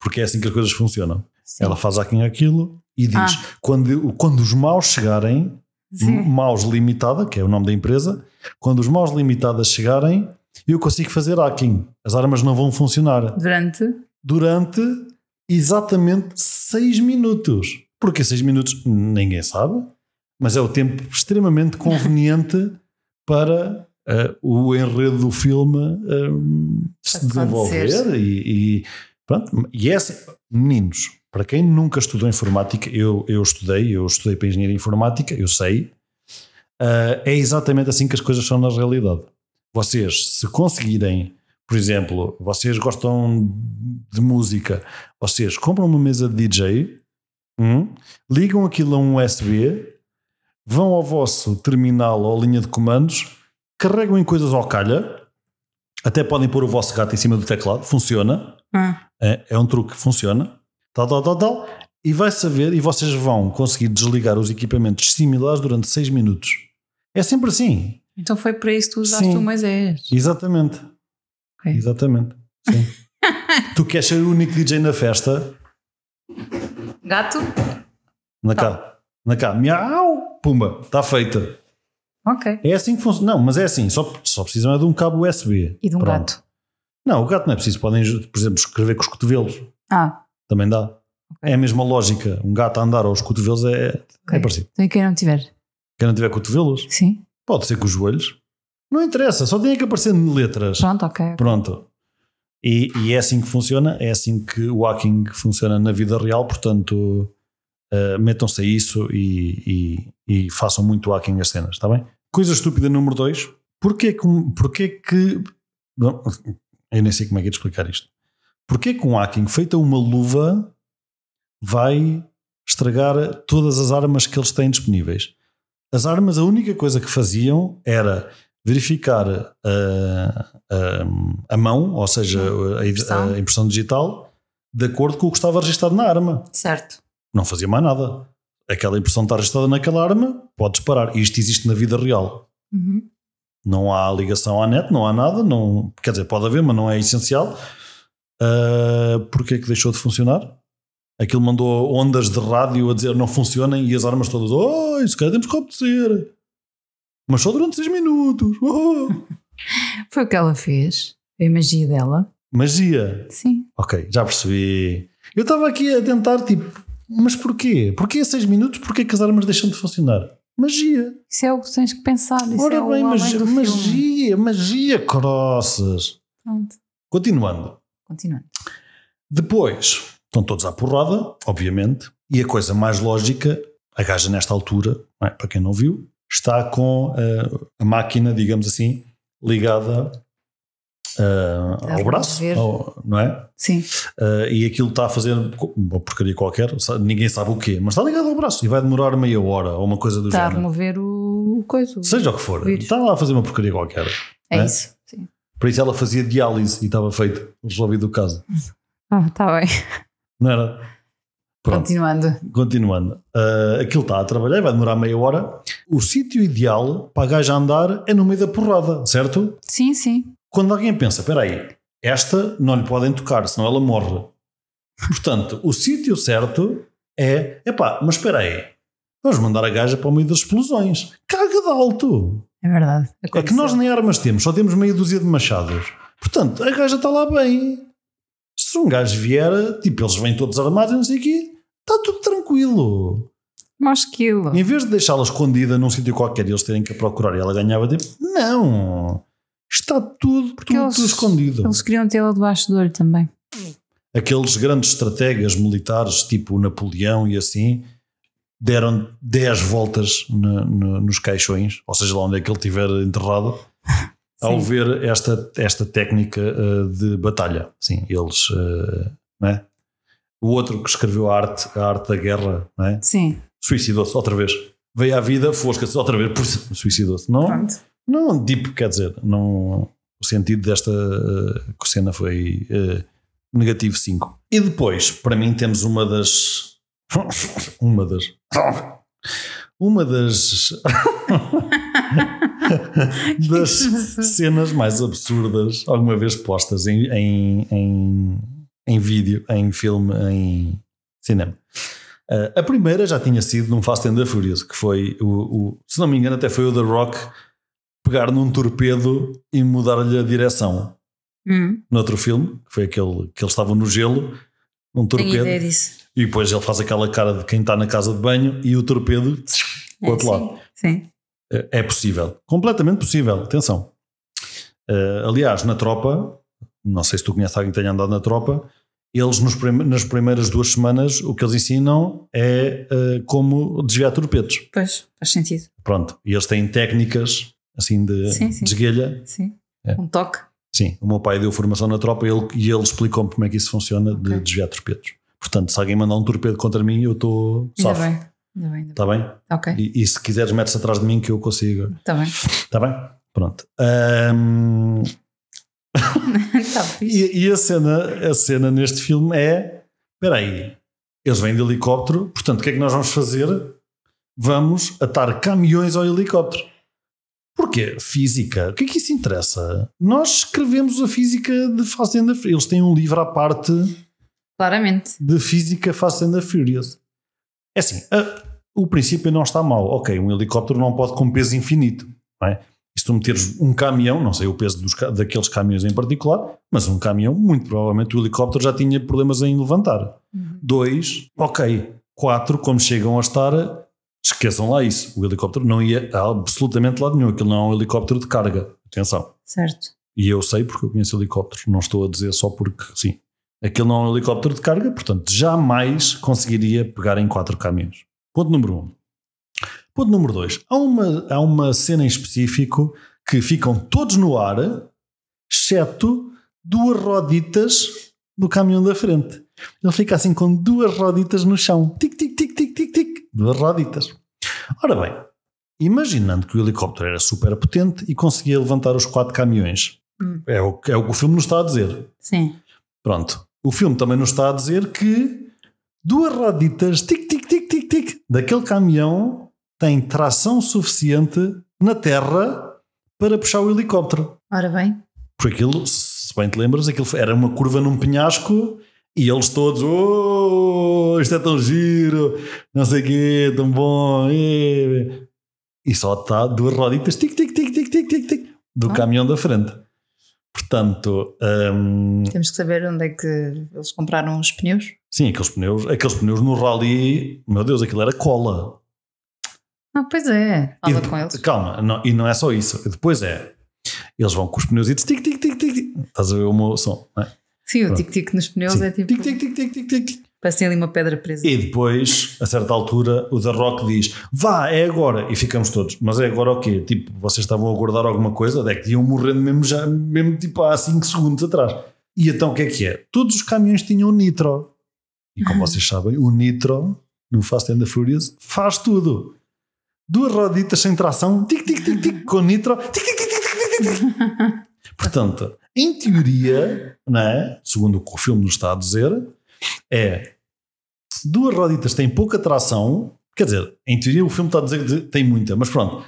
[SPEAKER 2] Porque é assim que as coisas funcionam.
[SPEAKER 1] Sim.
[SPEAKER 2] Ela faz hacking aquilo e diz:
[SPEAKER 1] Ah.
[SPEAKER 2] quando, quando os maus chegarem,
[SPEAKER 1] Sim.
[SPEAKER 2] Maus Limitada, que é o nome da empresa, quando os maus limitadas chegarem, eu consigo fazer hacking. As armas não vão funcionar
[SPEAKER 1] Durante
[SPEAKER 2] durante exatamente 6 minutos. Porque 6 minutos ninguém sabe, mas é o tempo extremamente conveniente para eh, o enredo do filme eh, se
[SPEAKER 1] Acontecer.
[SPEAKER 2] desenvolver. E, e, pronto, e é assim, meninos, para quem nunca estudou informática, eu, eu estudei, eu estudei para engenharia informática, eu sei, eh, é exatamente assim que as coisas são na realidade. Vocês, se conseguirem por exemplo, vocês gostam de música, vocês compram uma mesa de DJ, hum, ligam aquilo a um USB, vão ao vosso terminal ou linha de comandos, carregam em coisas ao calha, até podem pôr o vosso gato em cima do teclado, funciona,
[SPEAKER 1] ah,
[SPEAKER 2] é, é um truque que funciona, tal, tal, tal, tal, e vai saber, e vocês vão conseguir desligar os equipamentos similares durante 6 minutos. É sempre assim,
[SPEAKER 1] então foi para isso que tu usaste
[SPEAKER 2] Sim.
[SPEAKER 1] o Moisés.
[SPEAKER 2] exatamente.
[SPEAKER 1] Ok.
[SPEAKER 2] Exatamente. Sim.
[SPEAKER 1] *laughs*
[SPEAKER 2] tu queres ser o único DJ na festa?
[SPEAKER 1] Gato?
[SPEAKER 2] Na
[SPEAKER 1] Tá.
[SPEAKER 2] cá. Na cá. Miau! Pumba, está feita.
[SPEAKER 1] Ok.
[SPEAKER 2] É assim que funciona. Não, mas é assim. Só, só precisam é de um cabo USB.
[SPEAKER 1] E de um
[SPEAKER 2] Pronto.
[SPEAKER 1] gato.
[SPEAKER 2] Não, o gato não é preciso. Podem, por exemplo, escrever com os cotovelos.
[SPEAKER 1] Ah,
[SPEAKER 2] Também dá.
[SPEAKER 1] Ok.
[SPEAKER 2] É a mesma lógica. Um gato a andar aos cotovelos é,
[SPEAKER 1] ok.
[SPEAKER 2] é parecido.
[SPEAKER 1] Então e quem não tiver?
[SPEAKER 2] Quem não tiver cotovelos,
[SPEAKER 1] Sim.
[SPEAKER 2] pode ser com os joelhos. Não interessa, só tem que aparecer letras.
[SPEAKER 1] Pronto, ok.
[SPEAKER 2] Pronto. E, e é assim que funciona, é assim que o hacking funciona na vida real, portanto, eh, metam-se a isso e, e- e façam muito hacking as cenas, está bem? Coisa estúpida número 2, porquê que, um- porquê que. Bom, Eu nem sei como é que é de explicar isto. Porquê que um hacking feito a uma luva vai estragar todas as armas que eles têm disponíveis? As armas, a única coisa que faziam era verificar ah, um, a mão, ou seja, a,
[SPEAKER 1] Impressão.
[SPEAKER 2] a impressão digital, de acordo com o que estava registado na arma.
[SPEAKER 1] Certo.
[SPEAKER 2] Não fazia mais nada. Aquela impressão está registrada naquela arma, pode disparar. Isto existe na vida real. Não há ligação à net, não há nada, não, quer dizer, pode haver, mas não é essencial. Ah, porque é que deixou de funcionar? Aquilo mandou ondas de rádio a dizer não funcionem e as armas todas, oh, isso calhar temos que obedecer. Mas só durante 6 minutos. *laughs* Oh.
[SPEAKER 1] Foi o que ela fez. Foi a magia dela.
[SPEAKER 2] Magia.
[SPEAKER 1] Sim.
[SPEAKER 2] Ok, já percebi. Eu estava aqui a tentar, tipo, mas porquê? Porquê 6 minutos? Porquê que as armas deixam de funcionar? Magia.
[SPEAKER 1] Isso é o que tens que pensar. Isso
[SPEAKER 2] Ora
[SPEAKER 1] é
[SPEAKER 2] bem,
[SPEAKER 1] o além
[SPEAKER 2] magia,
[SPEAKER 1] do filme.
[SPEAKER 2] magia, magia, crosses.
[SPEAKER 1] Pronto.
[SPEAKER 2] Continuando.
[SPEAKER 1] Continuando.
[SPEAKER 2] Depois, estão todos à porrada, obviamente, e a coisa mais lógica, a gaja nesta altura, não é? para quem não viu, está com eh, a máquina, digamos assim, ligada eh,
[SPEAKER 1] A
[SPEAKER 2] ao braço,
[SPEAKER 1] remover.
[SPEAKER 2] ao- não é?
[SPEAKER 1] Sim.
[SPEAKER 2] Uh, e aquilo está a fazer co- uma porcaria qualquer, sa- ninguém sabe o quê, mas está ligado ao braço e vai demorar meia hora ou uma coisa do
[SPEAKER 1] Está a
[SPEAKER 2] género.
[SPEAKER 1] remover o o coisa. o-
[SPEAKER 2] Seja o que for,
[SPEAKER 1] vírus.
[SPEAKER 2] está lá a fazer uma porcaria qualquer.
[SPEAKER 1] É
[SPEAKER 2] né?
[SPEAKER 1] isso. Sim.
[SPEAKER 2] Por isso ela fazia diálise e estava feito, resolvido o caso.
[SPEAKER 1] Ah, está bem.
[SPEAKER 2] Não era? Pronto,
[SPEAKER 1] Continuando.
[SPEAKER 2] continuando. Uh, aquilo está a trabalhar, vai demorar meia hora. O sítio ideal para a gaja andar é no meio da porrada, certo?
[SPEAKER 1] Sim, sim.
[SPEAKER 2] Quando alguém pensa, espera aí, esta não lhe podem tocar, senão ela morre. Portanto, o sítio certo é, epá, mas espera aí, vamos mandar a gaja para o meio das explosões. Caga de alto!
[SPEAKER 1] É verdade.
[SPEAKER 2] É que
[SPEAKER 1] Aconteceu.
[SPEAKER 2] nós nem armas temos, só temos meia dúzia de machados. Portanto, a gaja está lá bem. Se um gajo vier, tipo, eles vêm todos armados e não sei o quê, está tudo tranquilo.
[SPEAKER 1] Mas aquilo.
[SPEAKER 2] Em vez de deixá-la escondida num sítio qualquer e eles terem que a procurar e ela ganhava tempo, não! Está tudo, tudo,
[SPEAKER 1] eles-
[SPEAKER 2] tudo escondido.
[SPEAKER 1] Eles queriam tê-la debaixo do olho também.
[SPEAKER 2] aqueles grandes estrategas militares, tipo o Napoleão e assim, deram 10 voltas na- na- nos caixões, ou seja, lá onde é que ele estiver enterrado, ao
[SPEAKER 1] Sim.
[SPEAKER 2] ver esta, esta técnica eh, de batalha. Sim, eles. eh, né? O outro que escreveu a arte, a arte da guerra, né?
[SPEAKER 1] Sim.
[SPEAKER 2] suicidou-se outra vez. Veio à vida, fosca-se outra vez, por suicidou-se. Não, *laughs*
[SPEAKER 1] Pronto.
[SPEAKER 2] não, tipo, quer dizer, não, o sentido desta eh, cena foi eh, negativo 5. E depois, para mim, temos uma das. *laughs* uma das. *laughs* Uma das.
[SPEAKER 1] *laughs*
[SPEAKER 2] das cenas mais absurdas alguma vez postas em, em, em, em vídeo, em filme, em cinema. Ah, a primeira já tinha sido num Fast and the Furious, que foi o, o- se não me engano, até foi o The Rock pegar num torpedo e mudar-lhe a direção.
[SPEAKER 1] Hum,
[SPEAKER 2] Noutro filme, que foi aquele que eles estavam no gelo, num
[SPEAKER 1] tenho
[SPEAKER 2] torpedo,
[SPEAKER 1] ideia disso.
[SPEAKER 2] e depois ele faz aquela cara de quem está na casa de banho e o torpedo
[SPEAKER 1] É,
[SPEAKER 2] o outro lado.
[SPEAKER 1] Sim. Sim.
[SPEAKER 2] Eh, É possível. Completamente possível. Atenção. Eh, aliás, na tropa, não sei se tu conheces alguém que tenha andado na tropa, eles nos prime- nas primeiras duas semanas o que eles ensinam é eh, como desviar torpedos.
[SPEAKER 1] Pois, faz sentido.
[SPEAKER 2] Pronto. E eles têm técnicas assim de
[SPEAKER 1] Sim, sim.
[SPEAKER 2] desguelha.
[SPEAKER 1] Sim.
[SPEAKER 2] É.
[SPEAKER 1] Um toque.
[SPEAKER 2] Sim, o meu pai deu formação na tropa ele- e ele explicou-me como é que isso funciona de
[SPEAKER 1] Ok.
[SPEAKER 2] desviar torpedos. Portanto, se alguém mandar um torpedo contra mim, eu estou
[SPEAKER 1] Ainda
[SPEAKER 2] safo.
[SPEAKER 1] bem. Ainda bem, ainda bem.
[SPEAKER 2] Está bem?
[SPEAKER 1] Ok.
[SPEAKER 2] E, e se quiseres, metes atrás de mim que eu consigo.
[SPEAKER 1] Está bem. *laughs*
[SPEAKER 2] Está bem? Pronto. Ahm,
[SPEAKER 1] Está Tá fixe.
[SPEAKER 2] e, e a, cena, a cena neste filme é: espera aí, eles vêm de helicóptero, portanto, o que é que nós vamos fazer? Vamos atar caminhões ao helicóptero. Porquê? Física. O que é que isso interessa? Nós escrevemos a física de Fast and the Furious. Eles têm um livro à parte
[SPEAKER 1] Claramente.
[SPEAKER 2] de física Fast and the Furious. É assim, a- o princípio não está mal. Ok, um helicóptero não pode com peso infinito. Não é? E se tu meteres um caminhão, não sei o peso dos ca- daqueles caminhões em particular, mas um caminhão, muito provavelmente o helicóptero já tinha problemas em levantar.
[SPEAKER 1] Uhum.
[SPEAKER 2] Dois, ok. Quatro, como chegam a estar, esqueçam lá isso. O helicóptero não ia a absolutamente lado nenhum. Aquilo não é um helicóptero de carga. Atenção.
[SPEAKER 1] Certo.
[SPEAKER 2] E eu sei porque eu conheço helicópteros, não estou a dizer só porque sim. Aquele não é um helicóptero de carga, portanto, jamais conseguiria pegar em quatro caminhões. Ponto número um. Ponto número dois. Há uma, há uma cena em específico que ficam todos no ar, exceto duas roditas do caminhão da frente. Ele fica assim com duas roditas no chão. Tic, tic, tic, tic, tic, tic. Duas roditas. Ora bem, imaginando que o helicóptero era super potente e conseguia levantar os quatro caminhões.
[SPEAKER 1] Hum.
[SPEAKER 2] É, o, que- é o que o filme nos está a dizer.
[SPEAKER 1] Sim.
[SPEAKER 2] Pronto. O filme também nos está a dizer que duas roditas, tic, tic, tic, tic, tic, daquele caminhão têm tração suficiente na terra para puxar o helicóptero.
[SPEAKER 1] Ora bem.
[SPEAKER 2] Porque aquilo, se bem te lembras, aquilo era uma curva num penhasco e eles todos, oh, isto é tão giro, não sei o quê, tão bom. eh." E só está duas roditas, tic, tic, tic, tic, tic, tic, tic, do
[SPEAKER 1] Ah.
[SPEAKER 2] caminhão da frente. Portanto, hum,
[SPEAKER 1] Temos que saber onde é que eles compraram os pneus.
[SPEAKER 2] sim, aqueles pneus, aqueles pneus no rally, meu Deus, aquilo era cola.
[SPEAKER 1] Ah, pois é. Fala
[SPEAKER 2] E de-
[SPEAKER 1] com eles.
[SPEAKER 2] Calma, não- e não é só isso. Depois é. Eles vão com os pneus e tic, tic, tic, tic, tic. Estás a ver o meu som? Não é?
[SPEAKER 1] Sim, o
[SPEAKER 2] Pronto.
[SPEAKER 1] tic-tic nos pneus
[SPEAKER 2] Sim.
[SPEAKER 1] é tipo.
[SPEAKER 2] Tic, tic, tic, tic, tic, tic, tic.
[SPEAKER 1] Parece ali uma pedra presa.
[SPEAKER 2] E depois, a certa altura, o The Rock diz: Vá, é agora. E ficamos todos. Mas é agora o quê? Tipo, vocês estavam a guardar alguma coisa? É que iam morrendo mesmo, já, mesmo tipo há 5 segundos atrás. E então o que é que é? Todos os caminhões tinham nitro. E como vocês sabem, o nitro no Fast and the Furious faz tudo. Duas roditas sem tração, tic, tic, tic, tic, com nitro, tic, tic, tic, tic, tic, tic, tic. Portanto, em teoria, não é? segundo o que o filme nos está a dizer, é duas roditas têm pouca tração, quer dizer, em teoria o filme está a dizer que tem muita, mas pronto,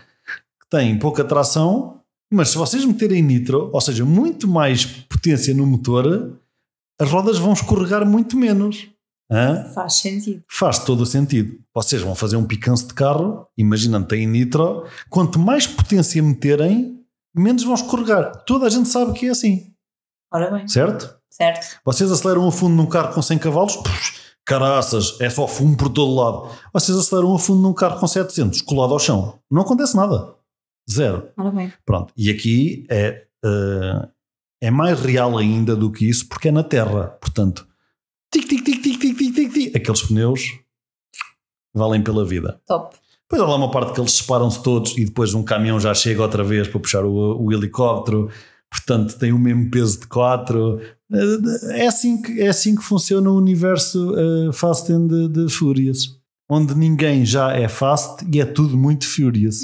[SPEAKER 2] têm pouca tração, mas se vocês meterem nitro, ou seja, muito mais potência no motor, as rodas vão escorregar muito menos. Hã?
[SPEAKER 1] Faz sentido.
[SPEAKER 2] Faz todo o sentido. Vocês vão fazer um picanço de carro, imaginando que têm nitro, quanto mais potência meterem, menos vão escorregar. Toda a gente sabe que é assim,
[SPEAKER 1] Ora bem.
[SPEAKER 2] certo?
[SPEAKER 1] Certo.
[SPEAKER 2] Vocês aceleram a fundo num carro com 100 cavalos? Pux, caraças, é só fumo por todo lado. Vocês aceleram a fundo num carro com 700, colado ao chão. Não acontece nada. Zero.
[SPEAKER 1] Ora bem.
[SPEAKER 2] Pronto. E aqui é, eh, é mais real ainda do que isso, porque é na terra. Portanto, tic, tic, tic, tic, tic, tic, tic, tic. Aqueles pneus valem pela vida.
[SPEAKER 1] Top.
[SPEAKER 2] Depois há lá uma parte que eles separam-se todos e depois um caminhão já chega outra vez para puxar o, o helicóptero, portanto tem o mesmo peso de quatro. É assim que, é assim que funciona o universo eh, Fast and the, the Furious, onde ninguém já é Fast e é tudo muito Furious.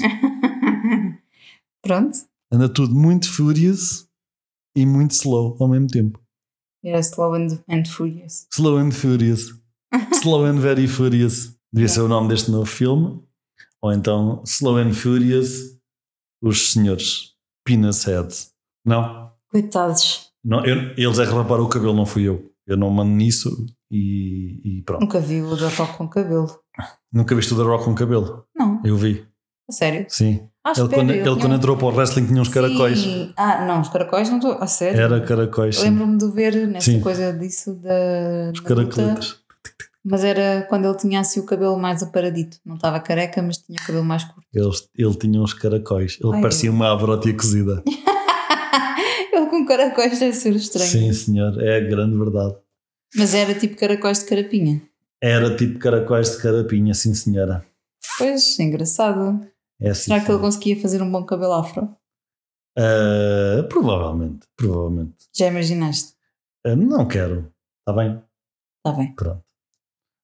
[SPEAKER 1] Pronto.
[SPEAKER 2] Anda tudo muito Furious e muito Slow ao mesmo tempo.
[SPEAKER 1] Era Slow and, and Furious.
[SPEAKER 2] Slow
[SPEAKER 1] *laughs*
[SPEAKER 2] and Furious. Slow and Very Furious. Devia ser o nome deste novo filme. Ou então Slow and Furious, os senhores Penis Head. Não,
[SPEAKER 1] Coitados.
[SPEAKER 2] não eu- eles é que raparam o cabelo, não fui eu. Eu não mando nisso e, e pronto.
[SPEAKER 1] Nunca vi o Dotó com cabelo.
[SPEAKER 2] Nunca viste o The Rock com cabelo?
[SPEAKER 1] Não.
[SPEAKER 2] Eu vi,
[SPEAKER 1] A sério.
[SPEAKER 2] sim.
[SPEAKER 1] Ah,
[SPEAKER 2] Ele,
[SPEAKER 1] espera,
[SPEAKER 2] quando,
[SPEAKER 1] eu
[SPEAKER 2] ele
[SPEAKER 1] tinha-
[SPEAKER 2] quando entrou para o wrestling tinha uns caracóis.
[SPEAKER 1] Sim. Ah, não, os caracóis não estou. A sério.
[SPEAKER 2] Era caracóis, sim.
[SPEAKER 1] Lembro-me de ver nessa
[SPEAKER 2] Sim.
[SPEAKER 1] coisa disso da.
[SPEAKER 2] Os
[SPEAKER 1] da luta,
[SPEAKER 2] caracolitos.
[SPEAKER 1] Mas era quando ele tinha assim o cabelo mais aparadito. Não estava careca, mas tinha o cabelo mais curto. *laughs*
[SPEAKER 2] Eles- Ele tinha uns caracóis. Ele
[SPEAKER 1] Ai,
[SPEAKER 2] parecia uma abrótia cozida.
[SPEAKER 1] ele com caracóis deve ser estranho.
[SPEAKER 2] Sim, senhor. É a grande verdade.
[SPEAKER 1] Mas era tipo caracóis de carapinha.
[SPEAKER 2] Era tipo caracóis de carapinha, sim senhora.
[SPEAKER 1] Pois, engraçado.
[SPEAKER 2] É assim.
[SPEAKER 1] Será que ele
[SPEAKER 2] senhora.
[SPEAKER 1] conseguia fazer um bom cabelo afro?
[SPEAKER 2] Ah, provavelmente, provavelmente.
[SPEAKER 1] Já imaginaste?
[SPEAKER 2] Ah, não quero. Está bem?
[SPEAKER 1] Está bem.
[SPEAKER 2] Pronto.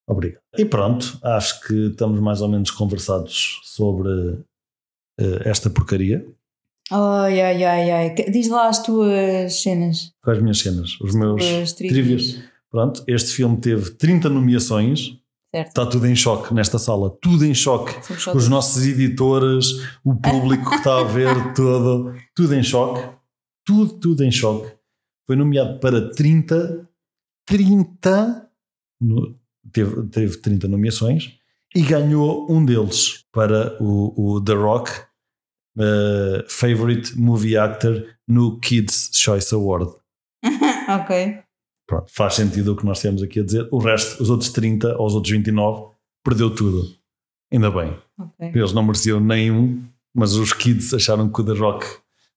[SPEAKER 2] Obrigado. E pronto, acho que estamos mais ou menos conversados sobre ah, esta porcaria.
[SPEAKER 1] Ai, ai, ai, ai. Que- Diz lá as tuas cenas.
[SPEAKER 2] Com as minhas cenas, os meus.
[SPEAKER 1] As
[SPEAKER 2] trivias.
[SPEAKER 1] trivias.
[SPEAKER 2] Pronto, este filme teve 30 nomeações.
[SPEAKER 1] Certo.
[SPEAKER 2] Está tudo em choque nesta sala, tudo em choque.
[SPEAKER 1] Somos só
[SPEAKER 2] os
[SPEAKER 1] dois.
[SPEAKER 2] nossos editores, o público que está a ver todo, tudo em choque, tudo, tudo em choque. Foi nomeado para 30, 30, no- teve, teve 30 nomeações e ganhou um deles para o, o The Rock, eh, Favorite Movie Actor no Kids Choice Award.
[SPEAKER 1] Ok.
[SPEAKER 2] Pronto, faz sentido o que nós temos aqui a dizer. O resto, os outros 30 ou os outros 29, perdeu tudo. Ainda bem.
[SPEAKER 1] Ok.
[SPEAKER 2] Eles não mereciam nenhum, mas os kids acharam que o The Rock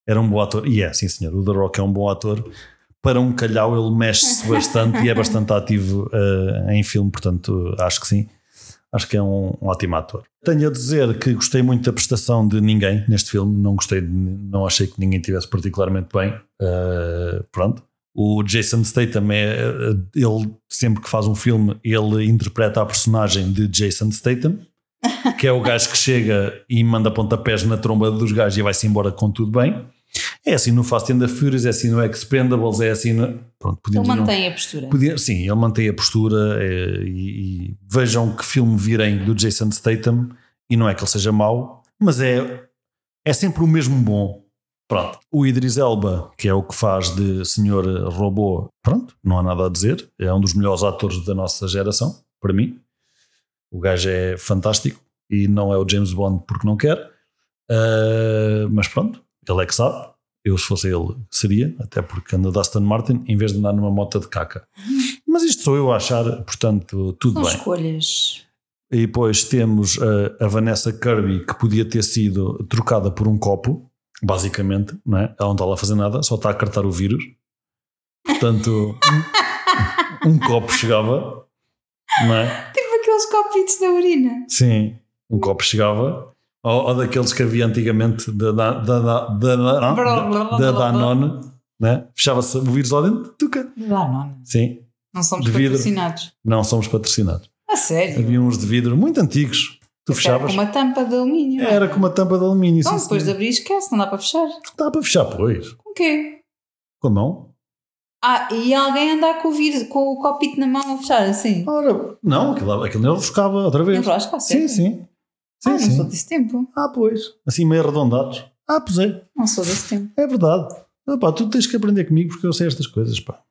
[SPEAKER 2] era um bom ator. E é, sim senhor, o The Rock é um bom ator. Para um calhau ele mexe-se bastante e é bastante ativo eh, em filme, portanto acho que sim. Acho que é um, um ótimo ator. Tenho a dizer que gostei muito da prestação de ninguém neste filme. Não gostei, de- não achei que ninguém tivesse particularmente bem. Eh, pronto. O Jason Statham é, eh, ele sempre que faz um filme ele interpreta a personagem de Jason Statham que é o gajo que chega e manda pontapés na tromba dos gajos e vai-se embora com tudo bem. É assim no Fast and the Furious, é assim no Expendables, é assim no... Pronto,
[SPEAKER 1] Ele
[SPEAKER 2] podíamos ir num-
[SPEAKER 1] mantém a postura.
[SPEAKER 2] Podia- sim, ele mantém a postura eh, e, e vejam que filme virem do Jason Statham e não é que ele seja mau, mas é, é sempre o mesmo bom. Pronto. O Idris Elba, que é o que faz de senhor robô, pronto, não há nada a dizer. É um dos melhores atores da nossa geração, para mim. O gajo é fantástico e não é o James Bond porque não quer. Ah, mas pronto, ele é que sabe. Eu, se fosse ele, seria, até porque anda de Aston Martin em vez de andar numa mota de caca. Mas isto sou eu a achar, portanto, tudo
[SPEAKER 1] São
[SPEAKER 2] bem.
[SPEAKER 1] escolhas.
[SPEAKER 2] E depois temos uh, a, Vanessa Kirby, que podia ter sido trocada por um copo, basicamente, não é? Ela não está lá a fazer nada, só está a cartar o vírus. Portanto, um, um copo chegava, não é?
[SPEAKER 1] Tipo aqueles copitos da urina.
[SPEAKER 2] Sim, um copo chegava. Ou, ou daqueles que havia antigamente da, da, da, da, da, da, da Danone, né? Fechava-se o vírus lá dentro, tuca.
[SPEAKER 1] Lá, não.
[SPEAKER 2] Sim,
[SPEAKER 1] Não somos
[SPEAKER 2] De vidro.
[SPEAKER 1] patrocinados.
[SPEAKER 2] não somos patrocinados.
[SPEAKER 1] A sério.
[SPEAKER 2] Havia uns de vidro muito antigos. Tu
[SPEAKER 1] Isso É. era
[SPEAKER 2] fechavas.
[SPEAKER 1] com uma tampa de alumínio.
[SPEAKER 2] Era com uma assim. tampa de alumínio.
[SPEAKER 1] é? Não, é.
[SPEAKER 2] sim,
[SPEAKER 1] depois de
[SPEAKER 2] senhor.
[SPEAKER 1] abrir esquece, não dá para fechar.
[SPEAKER 2] Dá para fechar, pois.
[SPEAKER 1] O quê?
[SPEAKER 2] Com a mão?
[SPEAKER 1] Ah, e alguém andar com o vidro, com o copito na mão a fechar assim.
[SPEAKER 2] Ora, não, aquilo, aquilo não enroscava outra
[SPEAKER 1] Eu
[SPEAKER 2] vez.
[SPEAKER 1] rasco, a
[SPEAKER 2] Ah,
[SPEAKER 1] sério.
[SPEAKER 2] Sim, sim.
[SPEAKER 1] Ah,
[SPEAKER 2] Sim,
[SPEAKER 1] não sou
[SPEAKER 2] sim.
[SPEAKER 1] desse tempo.
[SPEAKER 2] Ah, pois. Assim meio arredondados. Ah, pois é.
[SPEAKER 1] Não sou desse tempo.
[SPEAKER 2] É verdade. Ah, pá, tu tens que aprender comigo porque eu sei estas coisas, pá.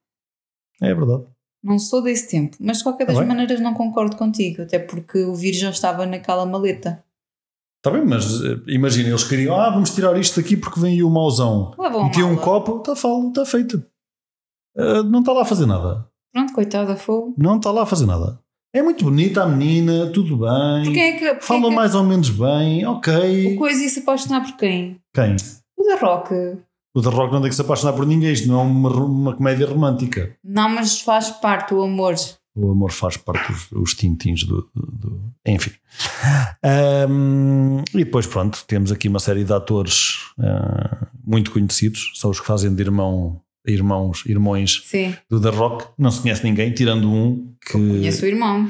[SPEAKER 2] É verdade.
[SPEAKER 1] Não sou desse tempo. Mas de qualquer das
[SPEAKER 2] Tá bem.
[SPEAKER 1] maneiras não concordo contigo. Até porque o vírus já estava naquela maleta.
[SPEAKER 2] Está bem, mas eh, imagina, eles queriam, ah, vamos tirar isto daqui porque vem aí o mauzão.
[SPEAKER 1] Levou
[SPEAKER 2] Meti um
[SPEAKER 1] mala.
[SPEAKER 2] copo, está falo, está feito. Ah, não está lá a fazer nada.
[SPEAKER 1] Pronto, coitada, fogo.
[SPEAKER 2] Não está lá a fazer nada. É muito bonita a menina, tudo bem.
[SPEAKER 1] Porquê é que, porquê
[SPEAKER 2] Fala
[SPEAKER 1] é que
[SPEAKER 2] mais ou menos bem,
[SPEAKER 1] o
[SPEAKER 2] ok.
[SPEAKER 1] coisa ia se apaixonar por quem?
[SPEAKER 2] Quem?
[SPEAKER 1] O da Rock.
[SPEAKER 2] O The Rock não tem que se apaixonar por ninguém, isto não é uma, ro- uma comédia romântica.
[SPEAKER 1] Não, mas faz parte o amor.
[SPEAKER 2] O amor faz parte dos, dos tintins do, do- do- Enfim. Ahm, e depois, pronto, temos aqui uma série de atores ah, muito conhecidos, são os que fazem de irmão, irmãos, irmãos
[SPEAKER 1] Sim.
[SPEAKER 2] do The Rock. Não se conhece ninguém, tirando um que.
[SPEAKER 1] Conheço o irmão,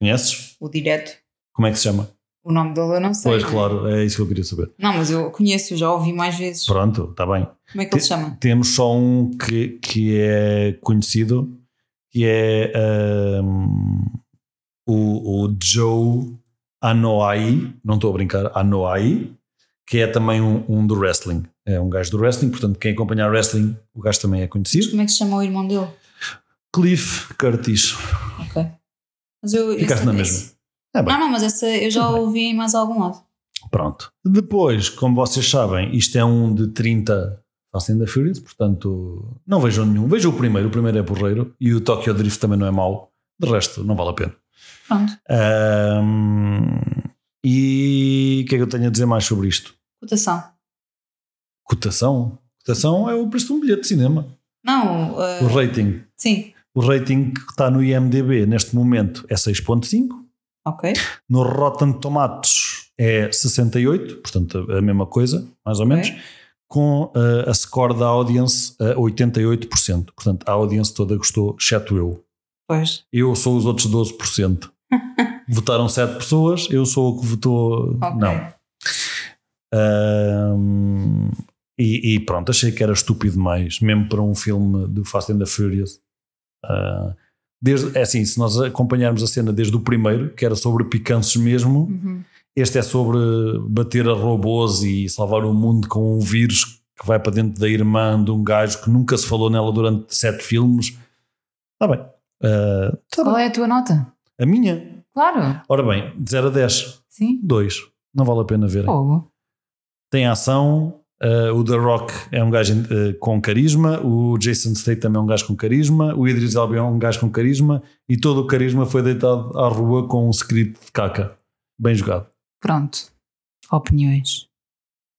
[SPEAKER 2] Conheces?
[SPEAKER 1] o direto.
[SPEAKER 2] Como é que se chama?
[SPEAKER 1] O nome dele eu não sei.
[SPEAKER 2] Pois, claro, é isso que eu queria saber.
[SPEAKER 1] Não, mas eu conheço, já ouvi mais vezes.
[SPEAKER 2] Pronto, está bem.
[SPEAKER 1] Como é que ele se chama?
[SPEAKER 2] Temos só um que, que é conhecido, que é ahm, o, o Joe Anoa'i, não estou a brincar, Anoa'i, que é também um, um do wrestling. É um gajo do wrestling, portanto, quem acompanhar wrestling, o gajo também é conhecido.
[SPEAKER 1] Como é que se chama o irmão dele?
[SPEAKER 2] Cliff Curtis.
[SPEAKER 1] Ok. Mas eu,
[SPEAKER 2] Ficaste
[SPEAKER 1] esse-
[SPEAKER 2] na
[SPEAKER 1] esse-
[SPEAKER 2] mesma. É bem.
[SPEAKER 1] Não, não, mas essa eu já
[SPEAKER 2] Tudo bem.
[SPEAKER 1] ouvi em mais algum lado.
[SPEAKER 2] Pronto. Depois, como vocês sabem, isto é um de 30 Fast and the Furious, portanto, não vejam nenhum. Vejam o primeiro, o primeiro é porreiro e o Tokyo Drift também não é mau. De resto, não vale a pena.
[SPEAKER 1] Pronto.
[SPEAKER 2] Ahm, e o que é que eu tenho a dizer mais sobre isto?
[SPEAKER 1] Cotação.
[SPEAKER 2] Cotação? Cotação é o preço de um bilhete de cinema.
[SPEAKER 1] Não, eh,
[SPEAKER 2] O rating.
[SPEAKER 1] sim.
[SPEAKER 2] O rating que está no IMDB neste momento é 6.5.
[SPEAKER 1] Ok.
[SPEAKER 2] No Rotten Tomatoes é 68, portanto a mesma coisa, mais ou
[SPEAKER 1] Ok.
[SPEAKER 2] menos, com eh, a score da audience a 88%. Portanto, a audience toda gostou, exceto eu.
[SPEAKER 1] Pois.
[SPEAKER 2] Eu sou os outros
[SPEAKER 1] *laughs*
[SPEAKER 2] 12%. Votaram 7 pessoas, eu sou o que votou.
[SPEAKER 1] Ok.
[SPEAKER 2] Não. Ahm, e, e pronto, achei que era estúpido demais, mesmo para um filme do Fast and the Furious. Ah, desde, é assim, se nós acompanharmos a cena desde o primeiro, que era sobre picanços mesmo,
[SPEAKER 1] Uhum.
[SPEAKER 2] este é sobre bater a robôs e salvar o mundo com um vírus que vai para dentro da irmã de um gajo que nunca se falou nela durante sete filmes. Está bem. Ah, tá
[SPEAKER 1] Qual
[SPEAKER 2] bem.
[SPEAKER 1] é a tua nota?
[SPEAKER 2] A minha.
[SPEAKER 1] Claro.
[SPEAKER 2] Ora bem, de 0 a 10,
[SPEAKER 1] Sim.
[SPEAKER 2] 2. Não vale a pena ver.
[SPEAKER 1] Fogo.
[SPEAKER 2] Tem ação. ah, o The Rock é um gajo ah, com carisma. O Jason Statham é um gajo com carisma. O Idris Elba é um gajo com carisma. E todo o carisma foi deitado à rua com um script de caca. Bem jogado.
[SPEAKER 1] Pronto. Opiniões.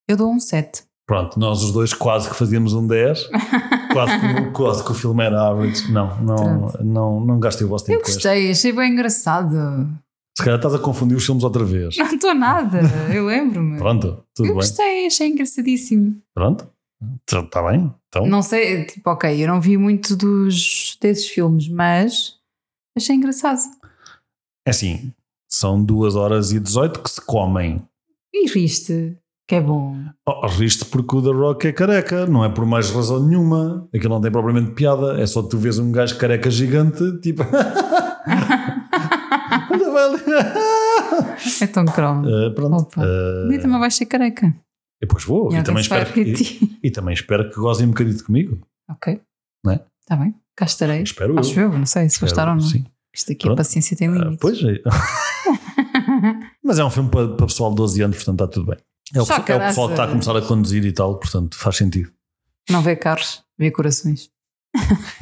[SPEAKER 1] Eu dou um 7.
[SPEAKER 2] Pronto, nós os dois quase que fazíamos
[SPEAKER 1] *laughs*
[SPEAKER 2] um 10, quase que, quase que o filme era average. Não, não,
[SPEAKER 1] Pronto.
[SPEAKER 2] não, não gastei o vosso
[SPEAKER 1] Eu
[SPEAKER 2] tempo com este.
[SPEAKER 1] gostei, achei bem engraçado. *laughs*
[SPEAKER 2] Se calhar estás a confundir os filmes outra vez.
[SPEAKER 1] Não estou nada, eu lembro-me.
[SPEAKER 2] Pronto, tudo
[SPEAKER 1] Eu
[SPEAKER 2] bem.
[SPEAKER 1] gostei, achei engraçadíssimo.
[SPEAKER 2] Pronto, está bem. Então,
[SPEAKER 1] Não sei, tipo, ok, eu não vi muito dos, desses filmes, mas achei engraçado.
[SPEAKER 2] é assim, são 2 horas e 18 que se comem.
[SPEAKER 1] E riste, que é bom.
[SPEAKER 2] Oh, riste porque o The Rock é careca, não é por mais razão nenhuma. Aquilo não tem propriamente piada, é só tu vês um gajo careca gigante, tipo. *laughs* Olha, vai ali.
[SPEAKER 1] É tão cromo.
[SPEAKER 2] Eh, pronto.
[SPEAKER 1] Opa.
[SPEAKER 2] *laughs* eh,
[SPEAKER 1] E também vais ser careca.
[SPEAKER 2] E depois vou.
[SPEAKER 1] E
[SPEAKER 2] E
[SPEAKER 1] alguém
[SPEAKER 2] Eh, também,
[SPEAKER 1] se vai
[SPEAKER 2] espero que, e, *laughs*
[SPEAKER 1] repetir.
[SPEAKER 2] e também espero que gozem um bocadinho comigo.
[SPEAKER 1] Ok.
[SPEAKER 2] Não é?
[SPEAKER 1] Está bem. Cá estarei.
[SPEAKER 2] Espero eu.
[SPEAKER 1] Acho eu, não sei se vou
[SPEAKER 2] Espero
[SPEAKER 1] estar ou
[SPEAKER 2] eu,
[SPEAKER 1] não. é?
[SPEAKER 2] Sim.
[SPEAKER 1] Isto aqui,
[SPEAKER 2] Pronto.
[SPEAKER 1] a paciência tem
[SPEAKER 2] Ah,
[SPEAKER 1] limites.
[SPEAKER 2] pois é. *laughs* Mas é um filme para, para pessoal de 12 anos, portanto está tudo bem. É o,
[SPEAKER 1] Só
[SPEAKER 2] pessoal- é o pessoal que está a
[SPEAKER 1] caraças.
[SPEAKER 2] começar a conduzir e tal, portanto faz sentido.
[SPEAKER 1] Não vê carros, vê corações.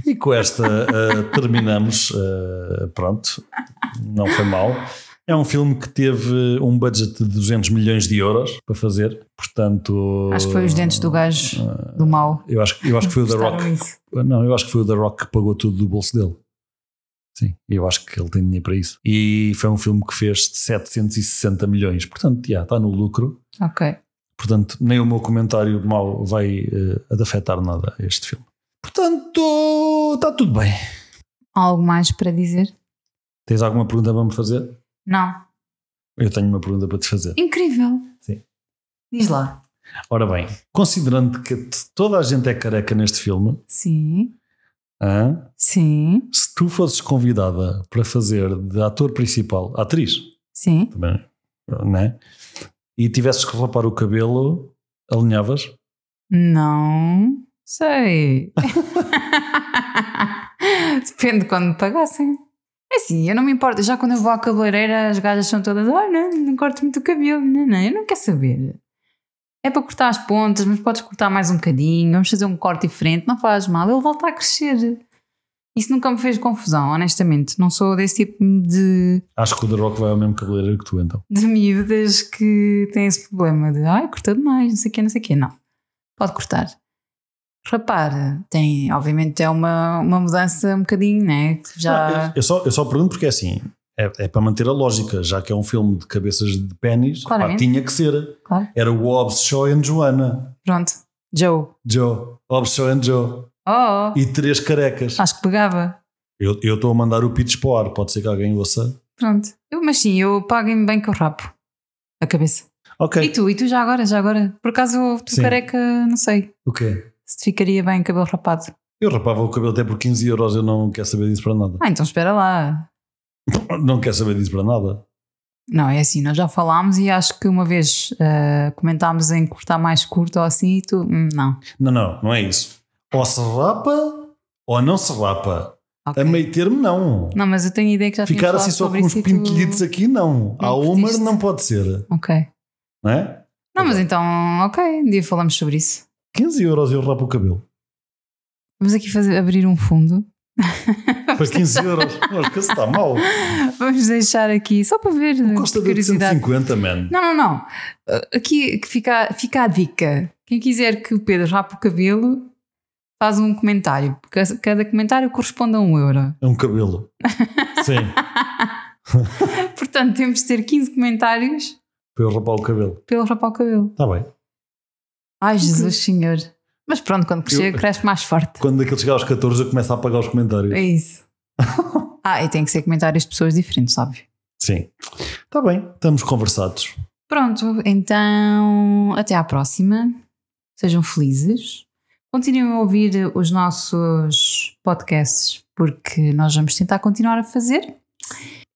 [SPEAKER 2] E com esta eh, terminamos. eh, pronto, não foi mal. É um filme que teve um budget de 200 milhões de euros para fazer, portanto. eh,
[SPEAKER 1] Acho que foi os dentes do gajo do mal.
[SPEAKER 2] Eu acho, eu acho que foi o The
[SPEAKER 1] Gostaram
[SPEAKER 2] Rock.
[SPEAKER 1] disso.
[SPEAKER 2] Não, eu acho que foi o The Rock que pagou tudo do bolso dele. Sim, eu acho que ele tem dinheiro para isso. E foi um filme que fez de 760 milhões, portanto, já está no lucro.
[SPEAKER 1] Ok.
[SPEAKER 2] Portanto, nem o meu comentário mau vai eh, afetar nada a este filme. Portanto, está tudo bem.
[SPEAKER 1] Algo mais para dizer?
[SPEAKER 2] Tens alguma pergunta para me fazer?
[SPEAKER 1] Não.
[SPEAKER 2] Eu tenho uma pergunta para te fazer.
[SPEAKER 1] Incrível.
[SPEAKER 2] Sim.
[SPEAKER 1] Diz lá.
[SPEAKER 2] Ora bem, considerando que t- toda a gente é careca neste filme,
[SPEAKER 1] Sim.
[SPEAKER 2] hã?
[SPEAKER 1] Sim.
[SPEAKER 2] se tu fosses convidada para fazer de ator principal, atriz,
[SPEAKER 1] Sim.
[SPEAKER 2] também, né? E tivesses que rapar o cabelo, alinhavas?
[SPEAKER 1] Não sei. *laughs* Depende de quando me pagassem. É assim, eu não me importo. Já quando eu vou à cabeleireira, as gajas são todas, olha, não, não corto muito o cabelo. Não, não, eu não quero saber. É para cortar as pontas, mas podes cortar mais um bocadinho. Vamos fazer um corte diferente, não faz mal. Ele volta a crescer. Isso nunca me fez confusão, honestamente. Não sou desse tipo de,
[SPEAKER 2] Acho que o The Rock vai ao mesmo cabeleireiro que tu, então.
[SPEAKER 1] de miúdas que têm esse problema de ai, corta demais, não sei o quê, não sei o quê. Não, pode cortar. Rapar, tem, obviamente é uma, uma mudança um bocadinho, né? que
[SPEAKER 2] Ah,
[SPEAKER 1] Já,
[SPEAKER 2] eu- eu, só, eu só pergunto porque é assim, é, é para manter a lógica, já que é um filme de cabeças de pênis, pá,
[SPEAKER 1] Claramente.
[SPEAKER 2] tinha que ser.
[SPEAKER 1] Claro.
[SPEAKER 2] Era o Hobbs Shaw and Joana.
[SPEAKER 1] pronto, Joe.
[SPEAKER 2] Joe. Hobbs Shaw and Joe.
[SPEAKER 1] Oh,
[SPEAKER 2] E três carecas.
[SPEAKER 1] acho que pegava.
[SPEAKER 2] Eu eu estou a mandar o pitch para o ar, pode ser que alguém ouça.
[SPEAKER 1] Pronto. Eu, mas sim, eu paguem bem que eu rapo a cabeça. E
[SPEAKER 2] Ok.
[SPEAKER 1] tu, e tu já agora, já agora? Por acaso tu
[SPEAKER 2] É. Sim.
[SPEAKER 1] careca, não sei,
[SPEAKER 2] O quê?
[SPEAKER 1] se te ficaria bem cabelo rapado.
[SPEAKER 2] Eu rapava o cabelo até por 15 euros, eu não quero saber disso para nada. *laughs*
[SPEAKER 1] Ah, então espera lá,
[SPEAKER 2] Não quero saber disso para nada.
[SPEAKER 1] Não, é assim, nós já falámos e acho que uma vez ah, comentámos em cortar mais curto ou assim e tu, hum, não.
[SPEAKER 2] Não, não, não é isso. Ou se rapa ou não se rapa.
[SPEAKER 1] Ok.
[SPEAKER 2] A meio termo, não.
[SPEAKER 1] Não, mas eu tenho a ideia que já tínhamos
[SPEAKER 2] Ficar
[SPEAKER 1] falado
[SPEAKER 2] assim só
[SPEAKER 1] sobre
[SPEAKER 2] com uns
[SPEAKER 1] isso e tu-
[SPEAKER 2] pintelhitos aqui, não.
[SPEAKER 1] não
[SPEAKER 2] A Homer
[SPEAKER 1] curtiste.
[SPEAKER 2] não pode ser,
[SPEAKER 1] Ok.
[SPEAKER 2] não é?
[SPEAKER 1] Não, mas então, ok, um dia falamos sobre isso.
[SPEAKER 2] 15 euros eu rapo o
[SPEAKER 1] *laughs*
[SPEAKER 2] cabelo.
[SPEAKER 1] Vamos aqui fazer, abrir um fundo. *laughs*
[SPEAKER 2] Para 15 euros. Mas que está mal.
[SPEAKER 1] Vamos deixar aqui, só para ver por
[SPEAKER 2] Custa de
[SPEAKER 1] curiosidade.
[SPEAKER 2] 150, man.
[SPEAKER 1] Não, não, não. Ah, Aqui que fica, fica a dica. Quem quiser que o Pedro rape o cabelo, faz um comentário. porque Cada comentário corresponde a um euro. *laughs*
[SPEAKER 2] É um cabelo. Sim,
[SPEAKER 1] Portanto, temos de ter 15 comentários
[SPEAKER 2] para eu rapar o cabelo.
[SPEAKER 1] pelo rapar o cabelo.
[SPEAKER 2] Está bem.
[SPEAKER 1] Ai, Jesus Senhor. Mas pronto, quando crescer,
[SPEAKER 2] Eu-
[SPEAKER 1] cresce mais forte.
[SPEAKER 2] Quando aquele chegar aos 14, eu começo a apagar os comentários.
[SPEAKER 1] É
[SPEAKER 2] *laughs*
[SPEAKER 1] isso. ah, e tem que ser comentários de pessoas diferentes, óbvio.
[SPEAKER 2] Sim. Está Tá bem. Estamos conversados.
[SPEAKER 1] Pronto, então até à próxima. Sejam felizes. Continuem a ouvir os nossos podcasts, porque nós vamos tentar continuar a fazer.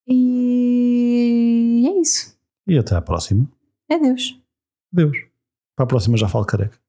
[SPEAKER 1] E é isso.
[SPEAKER 2] E até à próxima. *laughs*
[SPEAKER 1] Adeus.
[SPEAKER 2] Deus. Para a próxima já falo careca.